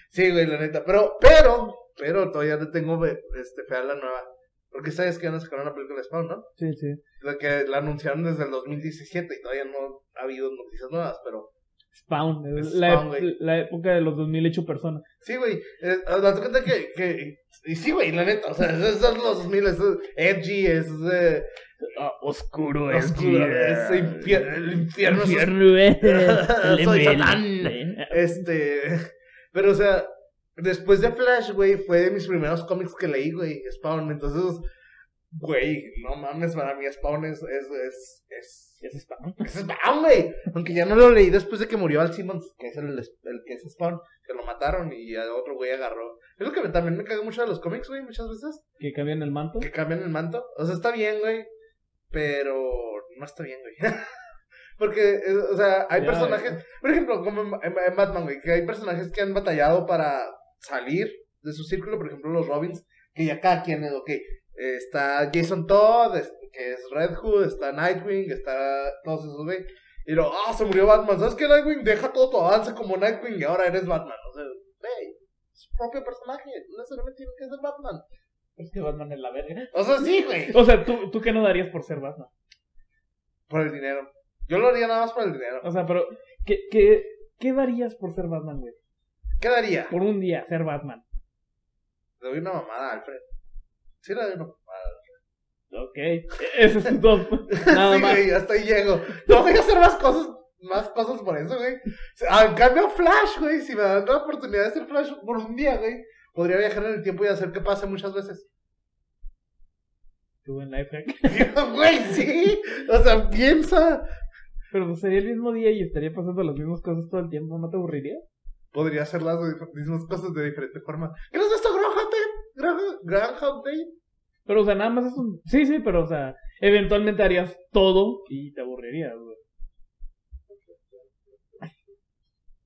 B: Sí, güey, la neta. Pero, pero, pero todavía le tengo ve- este, fe a la nueva. Porque sabes que van a sacar una película de Spawn, ¿no?
A: Sí, sí.
B: La que la anunciaron desde el 2017 y todavía no ha habido noticias nuevas, pero.
A: Spawn. La,
B: Spawn,
A: ep-
B: güey.
A: la época de los 2000 hecho persona.
B: Sí, güey. eh, Date cuenta que, que. Y sí, güey, la neta. O sea, esos son los 2000, es edgy, es. eh,
A: oscuro,
B: oscuro, es infier- el infierno. es oscuro,
A: Infierno.
B: Soy Satán. Este. Pero, o sea, después de Flash, güey, fue de mis primeros cómics que leí, güey, Spawn. Entonces, güey, no mames, para mí Spawn es. es, es, es
A: Es Spawn.
B: es Spawn, güey. Aunque ya no lo leí después de que murió Al Simmons, que es el, el que es Spawn, que lo mataron y a otro güey agarró. Es lo que me- también me caga mucho de los cómics, güey, muchas veces.
A: Que cambian el manto.
B: Que cambian el manto. O sea, está bien, güey. Pero no está bien, güey. Porque, eh, o sea, hay
A: Ya,
B: personajes.
A: ya.
B: Por ejemplo, como en, en- en Batman, güey, que hay personajes que han batallado para salir de su círculo. Por ejemplo, los Robins, que ya cada quien es, ok. eh, Está Jason Todd, es- que es Red Hood, está Nightwing, está todos esos, güey. Y luego, ah, se murió Batman. ¿Sabes qué, Nightwing? Deja todo tu avance como Nightwing y ahora eres Batman. O sea, güey, su propio personaje. No necesariamente tiene que ser Batman.
A: Es que Batman es la verga.
B: O sea, sí, güey.
A: O sea, ¿tú, tú qué no darías por ser Batman.
B: Por el dinero. Yo lo haría nada más por el dinero.
A: O sea, pero. ¿Qué, qué, qué darías por ser Batman, güey?
B: ¿Qué daría?
A: Por un día ser Batman.
B: Le doy una mamada a Alfred. Sí, le doy una mamada.
A: Ok. E-, Ese es tu top. Nada
B: sí,
A: más.
B: güey, hasta ahí llego. No voy a hacer más cosas, más cosas por eso, güey. Ah, En cambio, Flash, güey, si me dan la oportunidad de ser Flash por un día, güey, podría viajar en el tiempo y hacer que pase muchas veces.
A: Tú en life hack.
B: güey, sí. O sea, piensa.
A: Pero pues sería el mismo día y estaría pasando las mismas cosas todo el tiempo. ¿No te aburrirías?
B: Podría hacer las mismas cosas de diferente forma. ¿Qué nos está Groundhog Day? Groundhog- Groundhog Day?
A: Pero, o sea, nada más es un. Sí, sí, pero, o sea, eventualmente harías todo y te aburrirías, güey.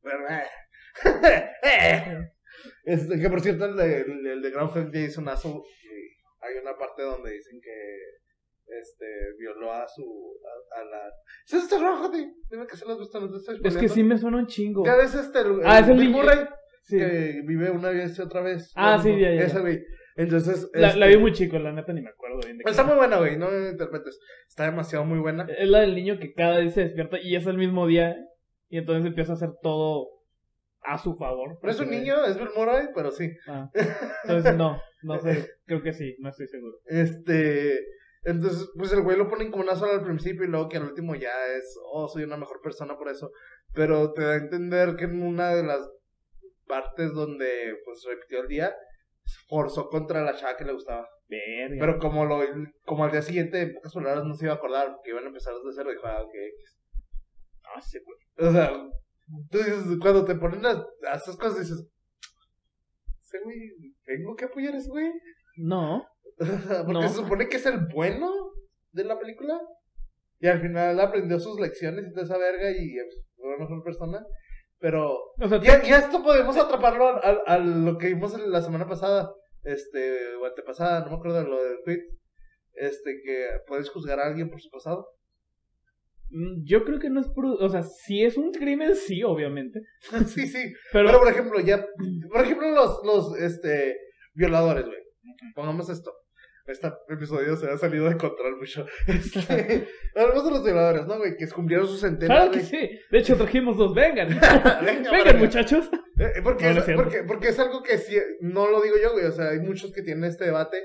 B: Pero, eh. Eh. Este, que por cierto, el de, el, el de Groundhog Day es un aso. eh, Hay una parte donde dicen que este violó a su. a, a la. ¿Es este Groundhog Day? Dime que se las gustan los de
A: Es que sí me suena un chingo.
B: ¿Qué ves este? El,
A: Ah, es el
B: Bill
A: niño.
B: Murray?
A: Sí.
B: que vive una vez y otra vez.
A: Ah,
B: No,
A: sí,
B: no,
A: ya, ya,
B: Esa,
A: ya.
B: güey. Entonces.
A: La,
B: este, Pues,
A: la vi muy chico, la neta ni me acuerdo bien de qué
B: Está
A: era.
B: muy buena, güey. No me interpretes. Está demasiado muy buena.
A: Es la del niño que cada vez se despierta y es el mismo día. Y entonces empieza a hacer todo a su favor.
B: No es un
A: porque-
B: niño, es Bill Murray, pero sí.
A: Ah. Entonces, no, no sé. Creo que sí, no estoy seguro.
B: Este. Entonces, pues el güey lo ponen como una sola al principio y luego que al último ya es, oh, soy una mejor persona por eso. Pero te da a entender que en una de las partes donde pues repitió el día, forzó contra la chava que le gustaba.
A: Verga.
B: Pero como lo como al día siguiente, en pocas palabras, no se iba a acordar porque iban a empezar desde cero, dijo, ah, ok.
A: no sé, güey.
B: O sea, tú dices, cuando te ponen las, a esas cosas, dices, ese güey, tengo que apoyar a ese güey.
A: No.
B: Porque
A: No.
B: se supone que es el bueno de la película. Y al final aprendió sus lecciones y toda esa verga y pues, fue una mejor persona. Pero.
A: O sea,
B: Y, a- y a esto podemos atraparlo al- al- a, lo que vimos en la semana pasada. Este, o antepasada, no me acuerdo lo del tweet. Este, que puedes juzgar a alguien por su pasado.
A: mm, yo creo que no es. puro- O sea, si es un crimen, sí, obviamente.
B: sí, sí.
A: Pero,
B: Pero por ejemplo, ya. Por ejemplo, los, los este, violadores, güey. Pongamos esto. Este episodio se ha salido de control mucho. Este, hablamos de los violadores, ¿no, güey? Que cumplieron su sentencia.
A: claro que
B: güey.
A: sí. De hecho, trajimos dos. Vengan.
B: Venga,
A: Vengan,
B: verga.
A: muchachos.
B: Eh, Porque,
A: No, no es
B: es,
A: cierto.
B: porque, porque es algo que sí, no lo digo yo, güey. O sea, hay muchos que tienen este debate.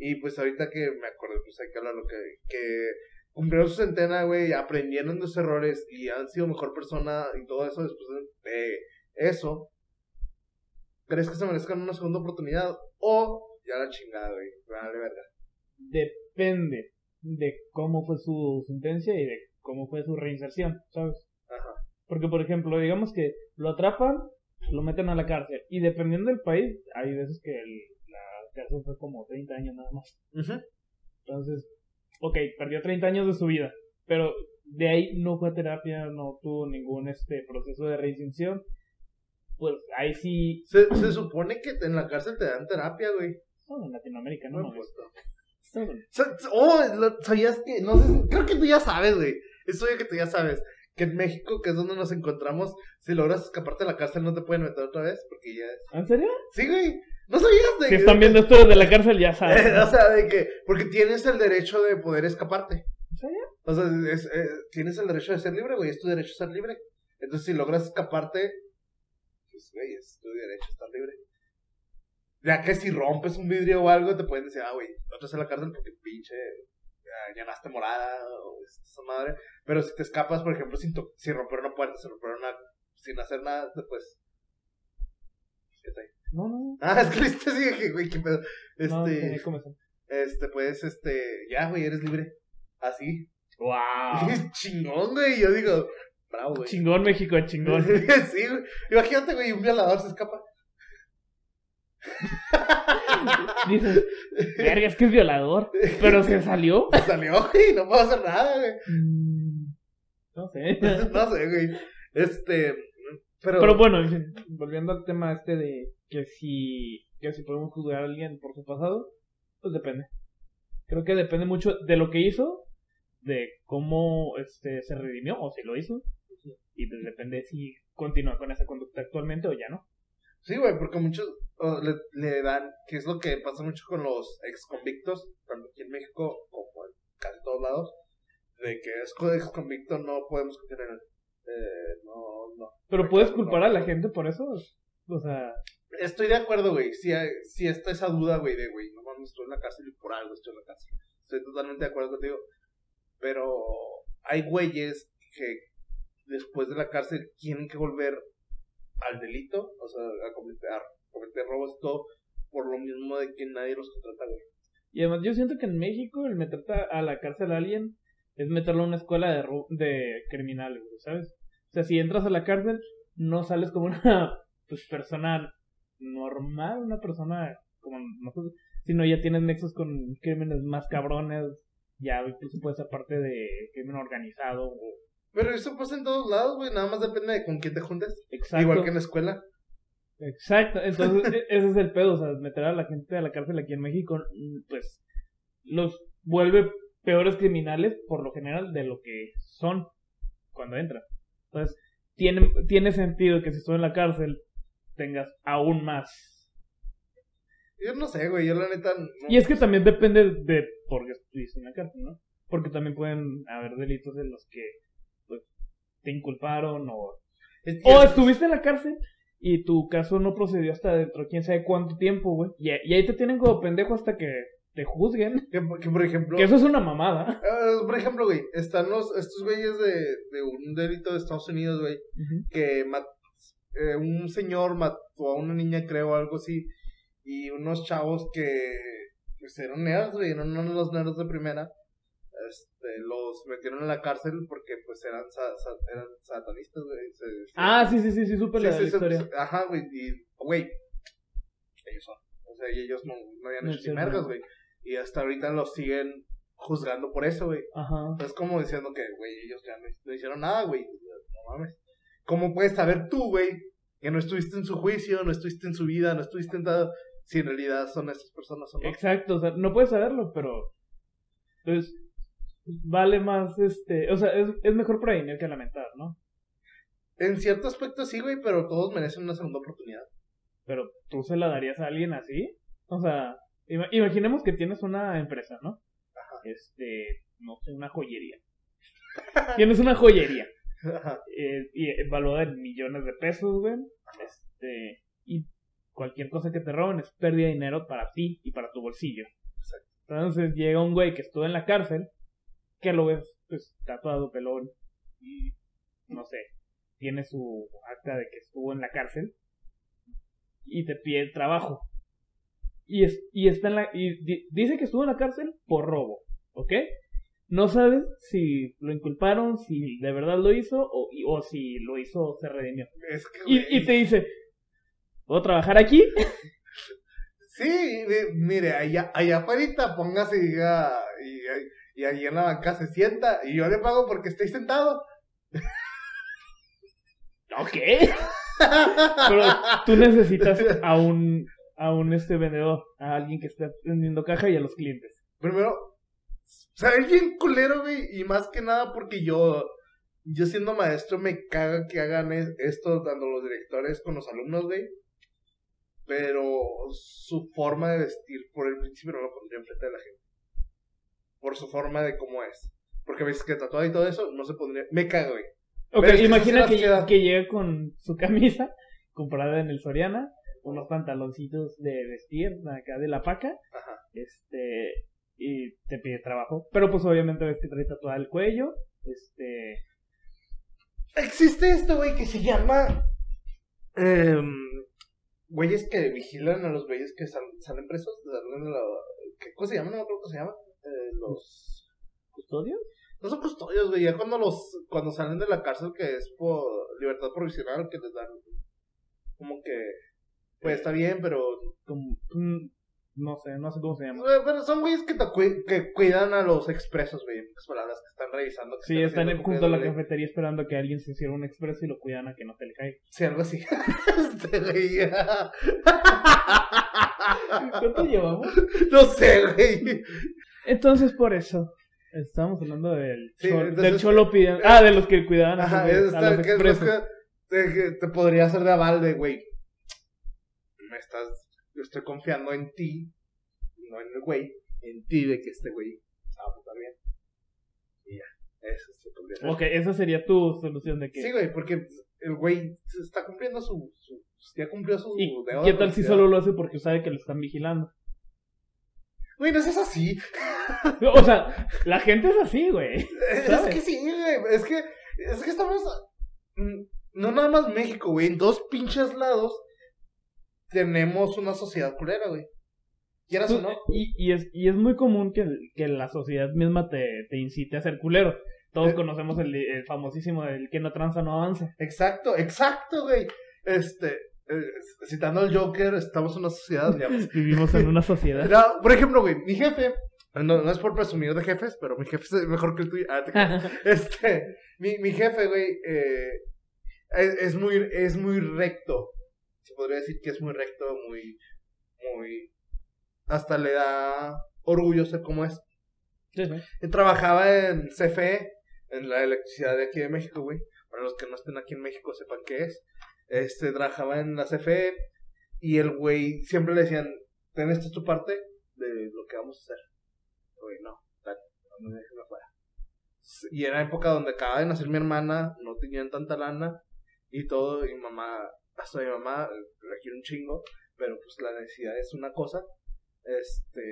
B: Y pues ahorita que me acuerdo, pues hay que hablar lo que, que cumplieron su centena, güey, aprendieron de sus errores y han sido mejor persona y todo eso después de de eso. ¿Crees que se merezcan una segunda oportunidad? O ya la chingada, güey. Vale, verga.
A: Depende de cómo fue su sentencia y de cómo fue su reinserción, ¿sabes?
B: Ajá.
A: Porque, por ejemplo, digamos que lo atrapan, lo meten a la cárcel. Y dependiendo del país, hay veces que el- la cárcel fue como 30 años nada más. Entonces, ok, perdió 30 años de su vida, pero de ahí no fue a terapia, no tuvo ningún este proceso de reinserción. Pues ahí sí,
B: se, se supone que en la cárcel te dan terapia, güey.
A: son en Latinoamérica, no,
B: No,
A: no,
B: pues, no.
A: Son-
B: Sa- sa- Oh, lo- sabías que, no sé, si- creo que tú ya sabes, güey. Es obvio que tú ya sabes. Que en México, que es donde nos encontramos, si logras escaparte de la cárcel no te pueden meter otra vez, porque ya...
A: ¿En serio?
B: Sí, güey. No sabías de
A: Si están viendo esto desde la cárcel, ya saben.
B: o sea, de que... Porque tienes el derecho de poder escaparte.
A: ¿En serio?
B: O sea, es- eh, tienes el derecho de ser libre, güey. Es tu derecho ser libre. Entonces, si logras escaparte, pues, güey, es tu derecho estar libre. Ya que si rompes un vidrio o algo, te pueden decir, ah, güey, no te vas a la cárcel porque pinche ya llenaste morada o esa madre. Pero si te escapas, por ejemplo, sin, to- sin romper una puerta, sin romper una... sin hacer nada, pues... fíjate ahí.
A: No, no,
B: Ah, es que le sí, dije, güey, qué pedo. Este,
A: no. Este...
B: este, pues, este, ya, güey, eres libre. Así,
A: ¡Wow!
B: chingón, güey. Yo digo, bravo, güey.
A: chingón México, chingón.
B: sí, güey. Imagínate, güey, un violador se escapa.
A: Dices, verga, es que es violador. Pero se salió.
B: Pues Salió, güey, no puedo hacer nada, güey.
A: Mm, No sé.
B: No sé, güey. Este, pero,
A: Pero bueno, en fin, volviendo al tema este de que si, que si podemos juzgar a alguien por su pasado, pues depende. Creo que depende mucho de lo que hizo, de cómo este se redimió o si lo hizo. Y pues depende si continúa con esa conducta actualmente o ya no.
B: sí, güey, porque muchos oh, le, le dan, que es lo que pasa mucho con los ex convictos, tanto aquí en México como en casi todos lados, de que es co- ex convicto, no podemos considerar, eh, no, no.
A: Pero puedes culpar a la gente por eso. O sea,
B: Estoy de acuerdo, güey. Si, si está esa duda, güey, de, güey, no mames, estoy en la cárcel y por algo estoy en la cárcel. Estoy totalmente de acuerdo contigo. Pero hay güeyes que después de la cárcel tienen que volver al delito, o sea, a cometer, a cometer robos y todo, por lo mismo de que nadie los contrata, güey.
A: y además yo siento que en México el meter ta- a la cárcel a alguien es meterlo a una escuela de, ro- de criminales, güey, ¿sabes? O sea, si entras a la cárcel, no sales como una pues, persona normal, una persona como nosotros, sino ya tienes nexos con crímenes más cabrones, ya incluso puedes ser parte de crimen organizado. o-
B: Pero eso pasa en todos lados, güey. Nada más depende de con quién te juntes.
A: Exacto.
B: Igual que en la escuela.
A: Exacto, entonces e- ese es el pedo, o sea, meter a la gente a la cárcel aquí en México, mm, pues los vuelve peores criminales por lo general de lo que son cuando entran. Entonces, tiene, tiene sentido que si estuvo en la cárcel, tengas aún más.
B: Yo no sé, güey, yo la neta. no-
A: Y es que también depende de por qué estuviste en la cárcel, ¿no? Porque también pueden haber delitos en los que pues, te inculparon o...
B: Es-
A: O estuviste en la cárcel y tu caso no procedió hasta dentro de quién sabe cuánto tiempo, güey. Y, y ahí te tienen como pendejo hasta que te juzguen.
B: que, que, por ejemplo.
A: Que eso es una mamada.
B: Ah, por ejemplo, güey, están los, estos güeyes de, de un delito de Estados Unidos, güey, que mat- eh, un señor mató a una niña, creo, algo así, y unos chavos que pues, eran nerds, güey, eran uno de los nerds de primera, este, los metieron en la cárcel porque pues eran, sa- sa- eran satanistas, güey. se- se-
A: Ah, sí, sí, sí, sí, supe la
B: sí, sí, se-
A: historia.
B: se- ajá, güey, y, güey, ellos son, o sea, y ellos no, no habían
A: No
B: hecho ni
A: hicieron
B: mergas,
A: nada.
B: güey, y hasta ahorita los siguen juzgando por eso, güey.
A: Ajá.
B: Es como diciendo que, güey, ellos ya no, no hicieron nada, güey. No mames. ¿Cómo puedes saber tú, güey, que no estuviste en su juicio, no estuviste en su vida, no estuviste en nada, si en realidad son esas personas o no?
A: Exacto, o sea, no puedes saberlo, pero. Entonces, vale más este. O sea, es, es mejor prevenir que lamentar, ¿no?
B: En cierto aspecto sí, güey, pero todos merecen una segunda oportunidad.
A: Pero tú se la darías a alguien así. O sea, ima- imaginemos que tienes una empresa, ¿no? Este, no sé, una joyería. tienes una joyería.
B: Ajá.
A: eh, y valuada en millones de pesos, güey. Este, y cualquier cosa que te roben es pérdida de dinero para ti y para tu bolsillo. Entonces llega un güey que estuvo en la cárcel, que lo ves, pues, tatuado, pelón, y no sé, tiene su acta de que estuvo en la cárcel, y te pide el trabajo. Y, es, y está en la, y di- dice que estuvo en la cárcel por robo, ¿ok? No sabes si lo inculparon, si de verdad lo hizo, o, y- o si lo hizo, se redimió.
B: Es que,
A: Y,
B: güey,
A: y te dice, ¿puedo trabajar aquí?
B: Sí, mi- mire, allá, allá afuera póngase y diga, y, y allí en la banca se sienta, y yo le pago porque estáis sentado.
A: Ok. Pero tú necesitas a un, a un este vendedor, a alguien que esté atendiendo caja y a los clientes.
B: Primero, se ve bien culero, güey, y más que nada porque yo, yo siendo maestro me caga que hagan es- esto tanto los directores con los alumnos, güey. Pero su forma de vestir, por el principio no lo pondría enfrente de la gente. Por su forma de cómo es. Porque ves que tatuado y todo eso, no se pondría... Me caga, güey.
A: Ok,
B: Pero es que
A: imagina
B: eso sí
A: que,
B: las queda.
A: que llega con su camisa comprada en el Soriana, unos pantaloncitos de vestir acá de la paca,
B: Ajá.
A: este, y te pide trabajo. Pero pues obviamente ves que trae tatuada el cuello, este,
B: Existe esto, güey, que se llama... em, güeyes que vigilan a los güeyes que sal- salen presos. salen de la- ¿Qué cosa se llama? No me acuerdo cómo se llama. Eh, los...
A: custodio.
B: No son custodios, güey. Ya cuando los... Cuando salen de la cárcel que es por libertad provisional que les dan... Como que... Pues está bien, pero...
A: como- mm, no sé, no sé cómo se llama.
B: eh, Bueno, son güeyes que, te cui- que cuidan a los expresos, güey. En pocas palabras, que están revisando. Que
A: Sí, están
B: haciendo
A: junto a la
B: cumpliendo ley.
A: cafetería esperando que alguien se hiciera un expreso y lo cuidan a que no se le caiga.
B: Sí, algo así. Este güey, ya. Ah.
A: ¿Cuánto llevamos?
B: No sé, güey.
A: Entonces, por eso. Estábamos hablando del,
B: Sí,
A: chol-
B: entonces-
A: del cholo pidiendo. Ah, de los que cuidaban a,
B: Ajá,
A: los-
B: es
A: a
B: tal
A: los
B: que,
A: expresos.
B: es que- de que te podría hacer de aval de, güey, me estás, yo estoy confiando en ti, no en el güey, en ti de que este güey se va a portar bien. Y ya, eso se podría hacer.
A: Ok, esa sería tu solución de que.
B: Sí, güey, porque el güey se está cumpliendo su, su- ya cumplió su
A: ¿Y
B: deuda
A: qué
B: de
A: tal si
B: publicidad.
A: solo lo hace porque sabe que lo están vigilando?
B: Güey, no es así.
A: O sea, la gente es así, güey.
B: Es
A: ¿Sabes?
B: que sí, güey. Es que, es que estamos. mm, No nada más México, güey. En dos pinches lados tenemos una sociedad culera, güey. Quieras o no.
A: Y, y es, y es muy común que, que la sociedad misma te, te incite a ser culero. Todos
B: Eh.
A: conocemos el, el famosísimo del que no tranza no avanza.
B: Exacto, exacto, güey. Este. eh, citando al Joker, estamos en una sociedad. ya, pues.
A: Vivimos en una sociedad.
B: No, por ejemplo, güey, mi jefe. No, no es por presumir de jefes, pero mi jefe es mejor que el tuyo. Ah, te creas. Este, mi, mi jefe, güey, eh, es, es muy, es muy recto. Se podría decir que es muy recto, muy, muy, hasta le da orgullo ser como es.
A: Sí, sí.
B: Él trabajaba en E, CFE, en la electricidad de aquí de México, güey. Para los que no estén aquí en México sepan qué es. Este, trabajaba en la CFE. Y el güey siempre le decían, ten esta es tu parte de lo que vamos a hacer. Güey, no, tal, no me dejen afuera. S- Y era época donde acababa de nacer mi hermana, no tenían tanta lana y todo. Y mamá, hasta mi mamá, eh, la quiero un chingo, pero pues la necesidad es una cosa. Este,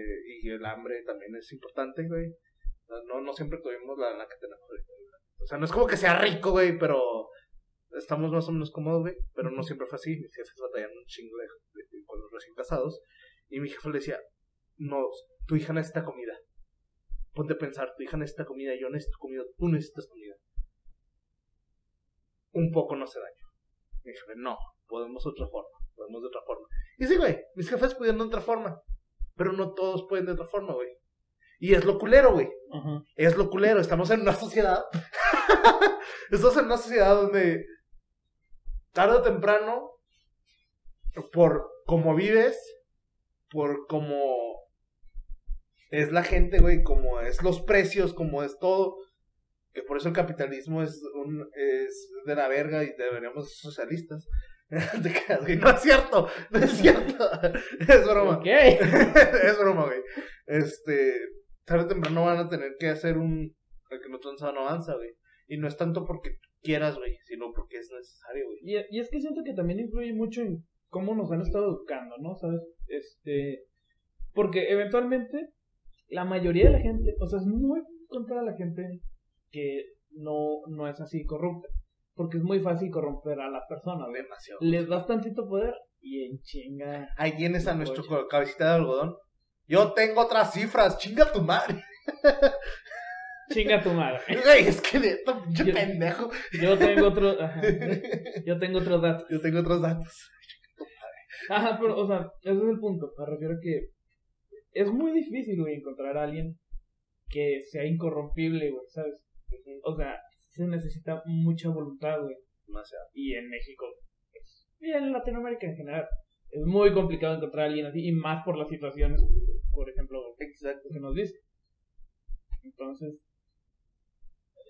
B: y el hambre también es importante, güey. O sea, No, no siempre tuvimos la lana que tenemos ahorita, güey. O sea, no es como que sea rico, güey, pero estamos más o menos cómodos, güey. Pero no siempre fue así. Mis jefes batallaron un chingo de, de- con los recién casados. Y mi jefe le decía, no, tu hija necesita comida. Ponte a pensar, tu hija necesita comida, yo necesito comida, tú necesitas comida. Un poco no hace daño. Mi jefe, no, podemos de otra forma, podemos de otra forma. Y sí, güey, mis jefes pudieron de otra forma. Pero no todos pueden de otra forma, güey. Y es lo culero, güey
A: Ajá.
B: es lo culero, estamos en una sociedad. estamos en una sociedad donde tarde o temprano, por cómo vives, por cómo es la gente, güey, como es los precios, como es todo, que por eso el capitalismo es, un, es de la verga y deberíamos ser socialistas. Te quedas, güey, no es cierto, no es cierto, es broma.
A: Ok.
B: es broma, güey. Este, tarde o temprano van a tener que hacer un. El que no tranza no avanza, güey. Y no es tanto porque quieras, güey, sino porque es necesario, güey.
A: Y, y es que siento que también influye mucho en cómo nos han estado educando, ¿no? ¿Sabes? Este. Porque eventualmente, la mayoría de la gente, o sea, es muy contra la gente que no, no es así corrupta. Porque es muy fácil corromper a las personas, ¿ves?
B: Demasiado.
A: Les das tantito poder y en chinga.
B: Ahí tienes a nuestro
A: Oye.
B: co- cabecita de algodón. Yo tengo otras cifras, chinga tu madre.
A: Chinga tu madre.
B: Güey, es que neta, pinche
A: Yo-
B: pendejo.
A: Yo tengo otro. ajá, yo tengo otros datos.
B: Yo tengo otros datos.
A: Ajá, pero, o sea, ese es el punto. Me refiero a que es muy difícil, güey, encontrar a alguien que sea incorrompible, güey, ¿sabes? O sea, se necesita mucha voluntad, güey.
B: Demasiado.
A: Y en México, pues, y en Latinoamérica en general, es muy complicado encontrar a alguien así, y más por las situaciones, por ejemplo,
B: Exacto.
A: que nos dice. Entonces,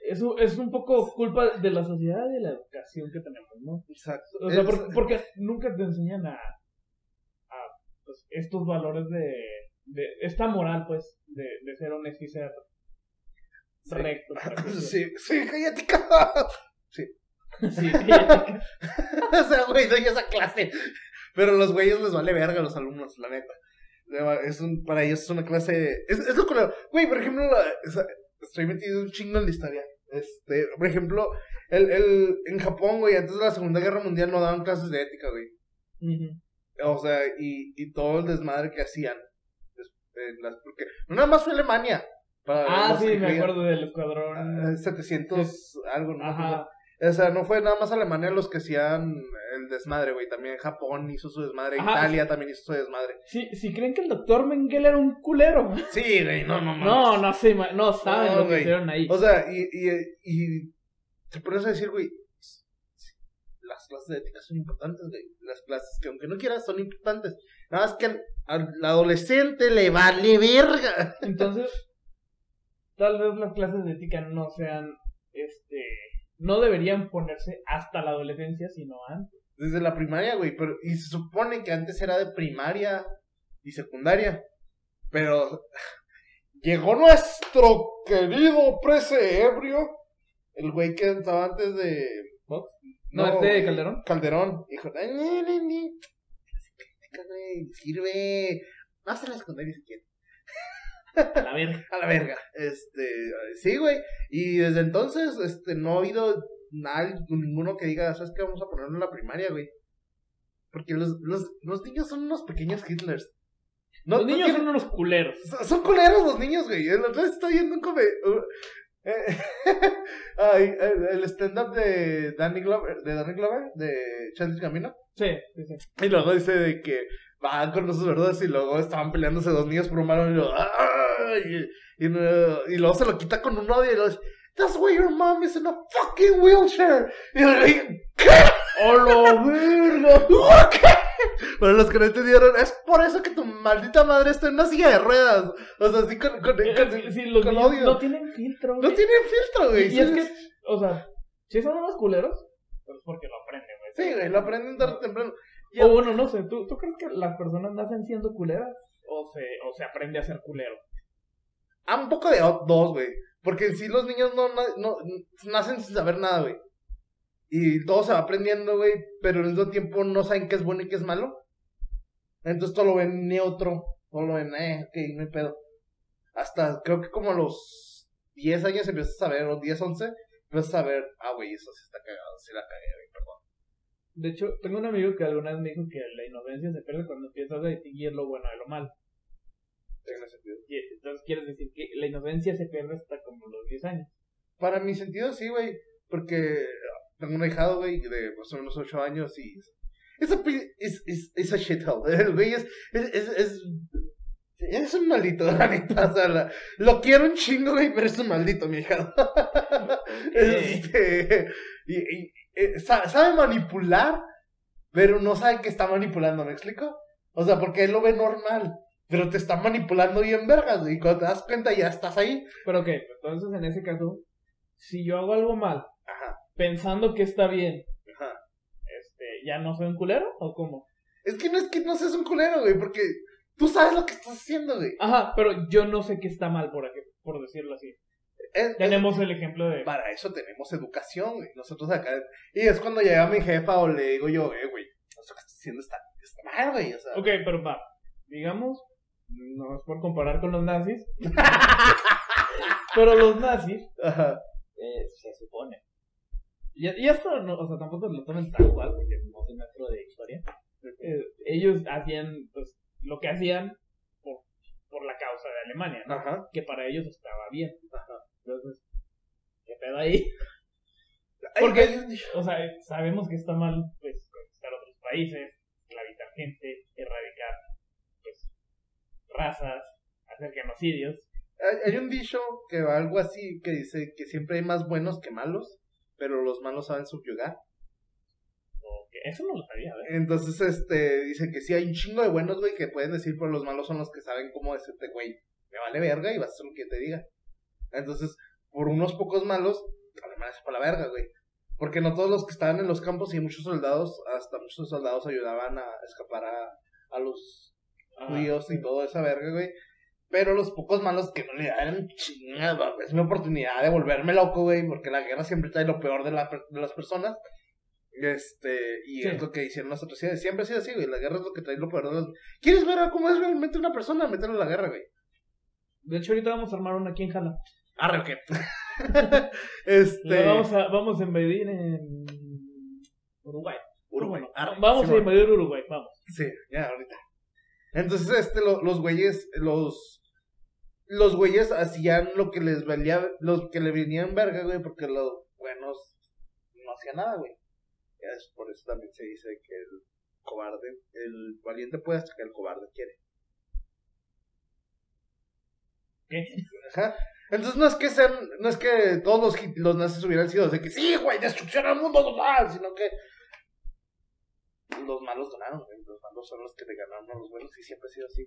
A: eso es un poco culpa de la sociedad y de la educación que tenemos, ¿no?
B: Exacto.
A: O sea,
B: Es-
A: por- porque nunca te enseñan a, a, pues, estos valores de, de esta moral, pues, de, de ser honesto y ser
B: Sí.
A: recto. para que-
B: Sí, sí, cállate, cabrón.
A: sí.
B: o sea, güey, doy esa clase. Pero a los güeyes les vale verga a los alumnos, la neta. Le va- Es un, para ellos es una clase. Es, es lo culero. Güey, por ejemplo, la- esa- estoy metido un chingo en la historia. Este, por ejemplo, el, el, en Japón, güey, antes de la Segunda Guerra Mundial no daban clases de ética, güey.
A: Ujú.
B: O sea, y, y todo el desmadre que hacían. Es- en las- porque no nada más fue Alemania. para
A: ah,
B: los
A: sí,
B: que
A: me
B: creían,
A: acuerdo del escuadrón.
B: ah, 700, algo, ¿no? me acuerdo.
A: Ajá.
B: O sea, no fue nada más Alemania los que hacían el desmadre, güey. También Japón hizo su desmadre.
A: Ajá.
B: Italia también hizo su desmadre.
A: Si creen que el doctor Mengele era un culero.
B: Sí, güey, pues, no, no,
A: No, no sé, ma- no saben
B: No,
A: lo que
B: güey.
A: hicieron ahí.
B: O sea, y, y, y te pones a decir, güey, s- s- las clases de ética son importantes, güey. Las clases que aunque no quieras son importantes. Nada más que al, al adolescente le vale verga.
A: Entonces, tal vez las clases de ética no sean, este, no deberían ponerse hasta la adolescencia, sino antes.
B: Desde la primaria, güey. Pero, y se supone que antes era de primaria y secundaria. Pero llegó nuestro querido prese ebrio. El güey que estaba antes de.
A: ¿Fox? No, este
B: güey,
A: Calderón.
B: Calderón. Dijo, "Ay, ni, ni, ni". Güey, Sirve. Más en la secundaria si quieres.
A: A ver,
B: A la verga. Este. Sí, güey. Y desde entonces, este, no ha habido nadie, ninguno que diga, ¿sabes qué? Vamos a ponerlo en la primaria, güey. Porque los, los, los niños son unos pequeños Hitlers. No,
A: los
B: no
A: niños
B: tienen-
A: son unos culeros.
B: son, son culeros los niños, güey. El otro día estaba viendo un come... un- eh, ay, el el stand-up de Danny Glover, de Danny Glover, de Childish Gambino.
A: Sí, sí, sí.
B: Y luego dice de que van con esos verduras y luego estaban peleándose dos niños por un balón y, luego, "Ay", y, no- y luego se lo quita con un odio y luego dice, That's why your mom is in a fucking wheelchair. Y yo le dije,
A: ¡Hola, verga!
B: "¿What? ¿Qué?". Para los que no entendieron, es por eso que tu maldita madre está en una silla de ruedas. O sea, así con, con, con-
A: Sí, los
B: con
A: niños
B: odio.
A: no tienen filtro.
B: No
A: güey.
B: tiene filtro, güey.
A: Y es que, o sea, si son unos culeros, pues porque lo aprenden, güey.
B: Sí, güey, lo aprenden tarde o temprano. Y
A: O bueno, no sé, ¿tú, ¿tú crees que las personas nacen siendo culeras? ¿O se, o se aprende a ser culero?
B: Ah, un poco de o- dos, güey. Porque en sí los niños no, na- no- nacen sin saber nada, güey. Y todo se va aprendiendo, güey, pero al mismo tiempo no saben qué es bueno y qué es malo. Entonces todo lo ven neutro, todo lo ven, eh, ok, no hay pedo. Hasta creo que como a los 10 años empiezas a ver, o 10, 11, empiezas a ver, ah, güey, eso sí está cagado, sí la cagué, güey, perdón.
A: De hecho, tengo un amigo que alguna vez me dijo que la inocencia se pierde cuando empiezas a distinguir lo bueno de lo malo.
B: Tiene sentido.
A: Y- Entonces quieres decir que la inocencia se pierde hasta como los 10 años.
B: Para mi sentido, sí, güey. Porque tengo un ahijado, güey, de más o menos 8 años y. Es a, pi- es, es, es a shithole. El güey es. Es, es, es, es un maldito, la neta. O sea, la- lo quiero un chingo, güey, pero es un maldito, mi ahijado. Este. Y, y- eh, sa- sabe manipular, pero no sabe que está manipulando, ¿me explico? O sea, porque él lo ve normal. Pero te está manipulando bien vergas, güey, y cuando te das cuenta ya estás ahí.
A: Pero ok, entonces en ese caso, si yo hago algo mal,
B: Ajá,
A: pensando que está bien,
B: ajá.
A: este, ¿ya no soy un culero o cómo?
B: Es que no es que no seas un culero, güey, porque tú sabes lo que estás haciendo, güey.
A: Ajá, pero yo no sé qué está mal, por, ej- por decirlo así.
B: Es- es-
A: Tenemos el ejemplo de...
B: para eso tenemos educación, güey. Nosotros acá. Y es cuando llega mi jefa o le digo yo, eh, güey, eso que estás haciendo está, está mal, güey. O sea,
A: Ok, pero va, digamos, no es por comparar con los nazis, pero los nazis,
B: ajá.
A: eh, se supone. Y, y esto, no, o sea, tampoco lo tomen tal cual, porque no soy maestro de historia. Eh, ellos hacían, pues, lo que hacían por, por la causa de Alemania, ¿no?
B: Ajá.
A: que para ellos estaba bien. Entonces, ¿qué pedo ahí? Porque-
B: Ay, güey,
A: O sea, sabemos que está mal, pues, conquistar otros países, esclavitar gente, erradicar, pues, razas, hacer genocidios.
B: hay, hay un dicho que va algo así que dice que siempre hay más buenos que malos, pero los malos saben subyugar.
A: O que- eso no lo sabía, ¿eh?
B: Entonces, este, dice que sí hay un chingo de buenos, güey, que pueden decir, pero los malos son los que saben cómo decirte, güey, me vale verga y vas a hacer lo que te diga. Entonces, por unos pocos malos, además es para la verga, güey. Porque no todos los que estaban en los campos y muchos soldados, hasta muchos soldados ayudaban a escapar a, a los
A: Ah,
B: judíos y toda esa verga, güey. Pero los pocos malos que no le dan chingada, es mi oportunidad de volverme loco, güey, porque la guerra siempre trae lo peor de, la per- de las personas. Este, y
A: Sí.
B: es lo que hicieron las atrocidades. Siempre ha sido así, güey. La guerra es lo que trae lo peor de las. ¿Quieres ver a cómo es realmente una persona? Mételo a la guerra, güey.
A: De hecho, ahorita vamos a armar una aquí en Jala.
B: Arre, ¿qué? este.
A: La Vamos, a, vamos a invadir en Uruguay.
B: Uruguay. Arre,
A: vamos a
B: Simón.
A: invadir Uruguay, vamos.
B: Sí, ya ahorita. Entonces, este, lo- los güeyes, los. Los güeyes hacían lo que les valía, los que le venían verga, güey, porque los buenos no hacían nada, güey. Ya es por eso también se dice que el cobarde, el valiente puede hasta que el cobarde quiere.
A: ¿Qué?
B: Ajá. Entonces no es que sean, no es que todos los, hit- los nazis hubieran sido de que sí, güey, destrucción al mundo total, sino que los malos ganaron, güey. Los malos son los que le ganaron a los buenos y siempre ha sido así.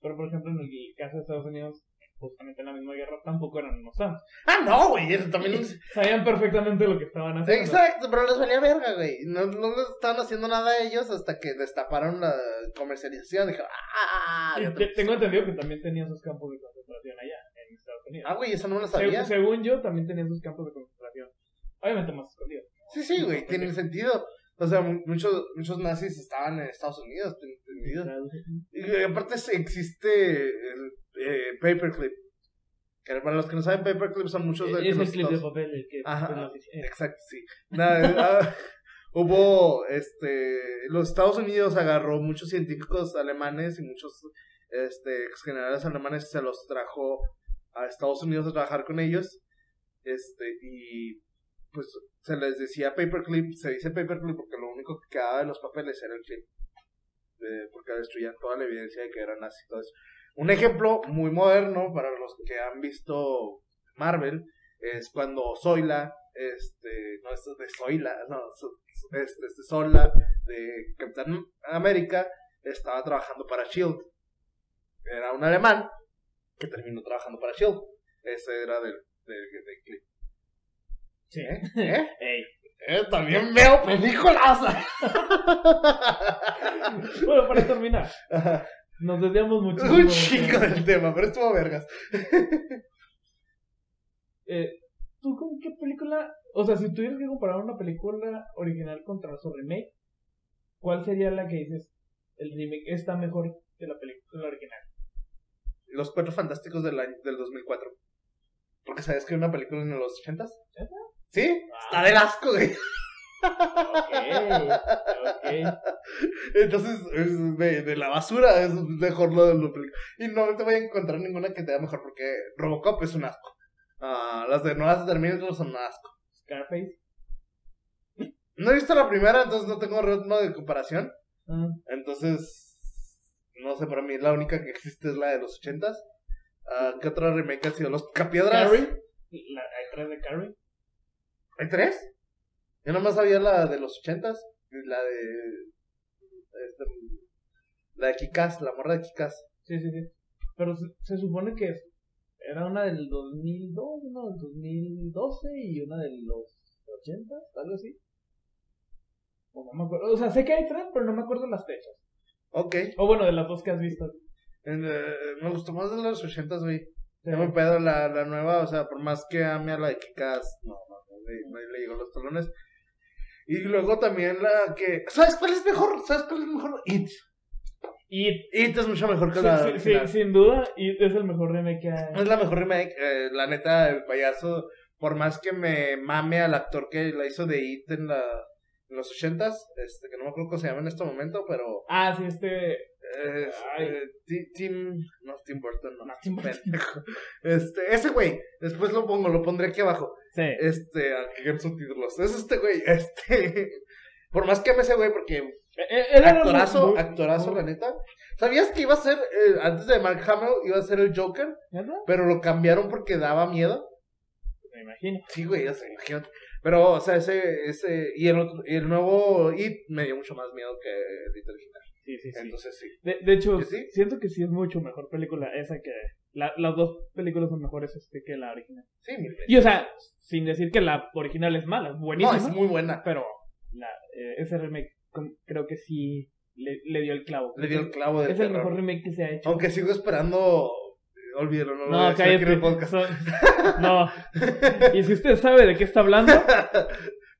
A: Pero, por ejemplo, en el caso de Estados Unidos, justamente en la misma guerra, tampoco eran unos
B: Ah, no, güey, eso también es-
A: Sabían perfectamente lo que estaban haciendo.
B: Exacto, pero les valía verga, güey. No, no les estaban haciendo nada a ellos hasta que destaparon la comercialización. Dijeron, ah,
A: Y
B: ya
A: Eh, te-
B: te-
A: tengo entendido que también tenía sus campos de concentración allá, en Estados Unidos.
B: Ah, güey, eso no lo
A: Se-
B: sabía.
A: según yo, también tenía sus campos de concentración. Obviamente más escondidos.
B: Sí, sí, güey, tiene sentido. O sea, mu- muchos, muchos nazis estaban en Estados Unidos, tengo entendido. Y eh, aparte se- existe el, eh, Paperclip. Que para los que no saben, Paperclip son muchos de
A: Es
B: los
A: el clip de
B: estados-
A: papel el que...
B: Ajá.
A: que nos- eh,
B: Exacto, sí. Nada, eh, ah, hubo, este, los Estados Unidos agarró muchos científicos alemanes y muchos, este, ex generales alemanes y se los trajo a Estados Unidos a trabajar con ellos. Este, y pues se les decía paperclip, se dice paperclip porque lo único que quedaba de los papeles era el clip. Eh, porque destruían toda la evidencia de que eran así. Entonces, un ejemplo muy moderno para los que han visto Marvel es cuando Zoila, este, no, esto es de Zoila, no, so- este, este Zola de Capitán América estaba trabajando para Shield. E Era un alemán que terminó trabajando para Shield. Ese era del, del, del clip.
A: Sí.
B: ¿Eh? ¿Eh?
A: Ey,
B: Eh, también veo películas.
A: Bueno, para terminar. Nos desviamos mucho.
B: un chico del tema, pero estuvo vergas.
A: Eh, ¿Tú con qué película? O sea, si tuvieras que comparar una película original contra su remake, ¿cuál sería la que dices el remake está mejor que la película original?
B: Los Cuatro Fantásticos del, año, del 2004. Porque sabes que hay una película en los 80s.
A: ¿Neta?
B: ¿Sí?
A: Ah.
B: Está del asco, güey.
A: Ok, ok.
B: Entonces, es de, de la basura es mejor lo de la película. Y no te voy a encontrar ninguna que te vea mejor porque Robocop es un asco. Ah, las de nuevas de Terminator son un asco.
A: Scarface.
B: No he visto la primera, entonces no tengo ritmo de comparación.
A: Ah,
B: Entonces, no sé, para mí la única que existe es la de los ochentas. Ah, ¿Qué otra remake ha sido? Los Capiedras.
A: Carrie. La, hay tres de Carrie.
B: ¿Hay tres? Yo nomás sabía la de los ochentas y la de... este, la de Kikas, la morra de Kikas.
A: Sí, sí, sí. Pero se, se supone que es- era una del 2002, una del 2012 y una de los 80, algo así. O no me acuerdo. O sea, sé que hay tres, pero no me acuerdo las fechas.
B: Ok.
A: O bueno, de las dos que has visto.
B: En, eh, me gustó más de los 80, güey.
A: Sí.
B: No me pedo la, la nueva, o sea, por más que ame a la de Kikas, no, no, no, le- no le llegó los talones. Y luego también la que. ¿Sabes cuál es mejor? ¿Sabes cuál es mejor? It.
A: Y
B: It es mucho mejor que la.
A: sin,
B: original.
A: sin duda, y es el mejor remake que hay.
B: Es la mejor remake. eh, la neta, el payaso, por más que me mame al actor que la hizo de It en, la, en los 80, este, que no me acuerdo cómo se llama en este momento, pero.
A: Ah, sí, este.
B: eh,
A: Ay.
B: eh, Ti- Tim. No, Tim Burton, no.
A: Martin Bur-
B: pendejo. Este, ese güey, después lo pongo, lo pondré aquí abajo.
A: Sí.
B: Este, aquí en subtítulos. Es este güey, este. Por más que ame ese güey, porque
A: Eh, él era
B: actorazo,
A: muy-
B: actorazo,
A: muy-
B: la neta. ¿Sabías que iba a ser, eh, antes de Mark Hamill, iba a ser el Joker?
A: ¿Neta?
B: Pero lo cambiaron porque daba miedo.
A: Me imagino.
B: Sí, güey, ya sé, imagínate. Pero, o sea, ese, ese, y el otro, y el nuevo It me dio mucho más miedo que el It original.
A: Sí, sí, sí.
B: Entonces, sí.
A: De, de hecho,
B: ¿Que sí?
A: siento que sí es mucho mejor película esa que... la- las dos películas son mejores este, que la original.
B: Sí, mil veces.
A: Y o sea, sin decir que la original es mala, es
B: No,
A: buenísima.
B: es muy buena.
A: Pero la, eh, ese remake com- creo que sí le, le dio el clavo.
B: Le dio el clavo de
A: Es el mejor remake que se ha hecho.
B: Aunque sigo esperando. eh, Olvídalo, no lo voy a
A: No,
B: decir aquí en
A: cállate.
B: el podcast.
A: Son- No. Y si usted sabe de qué está hablando,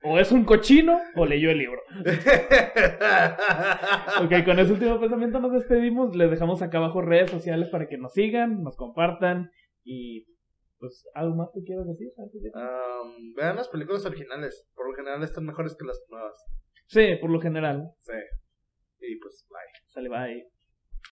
A: o es un cochino o leyó el libro. Ok, con ese último pensamiento nos despedimos. Les dejamos acá abajo redes sociales para que nos sigan, nos compartan y pues algo más que quieras decir. antes de-
B: Um, vean las películas originales. Por lo general están mejores que las nuevas.
A: Sí, por lo general.
B: Sí. Y pues, bye.
A: Sale, bye.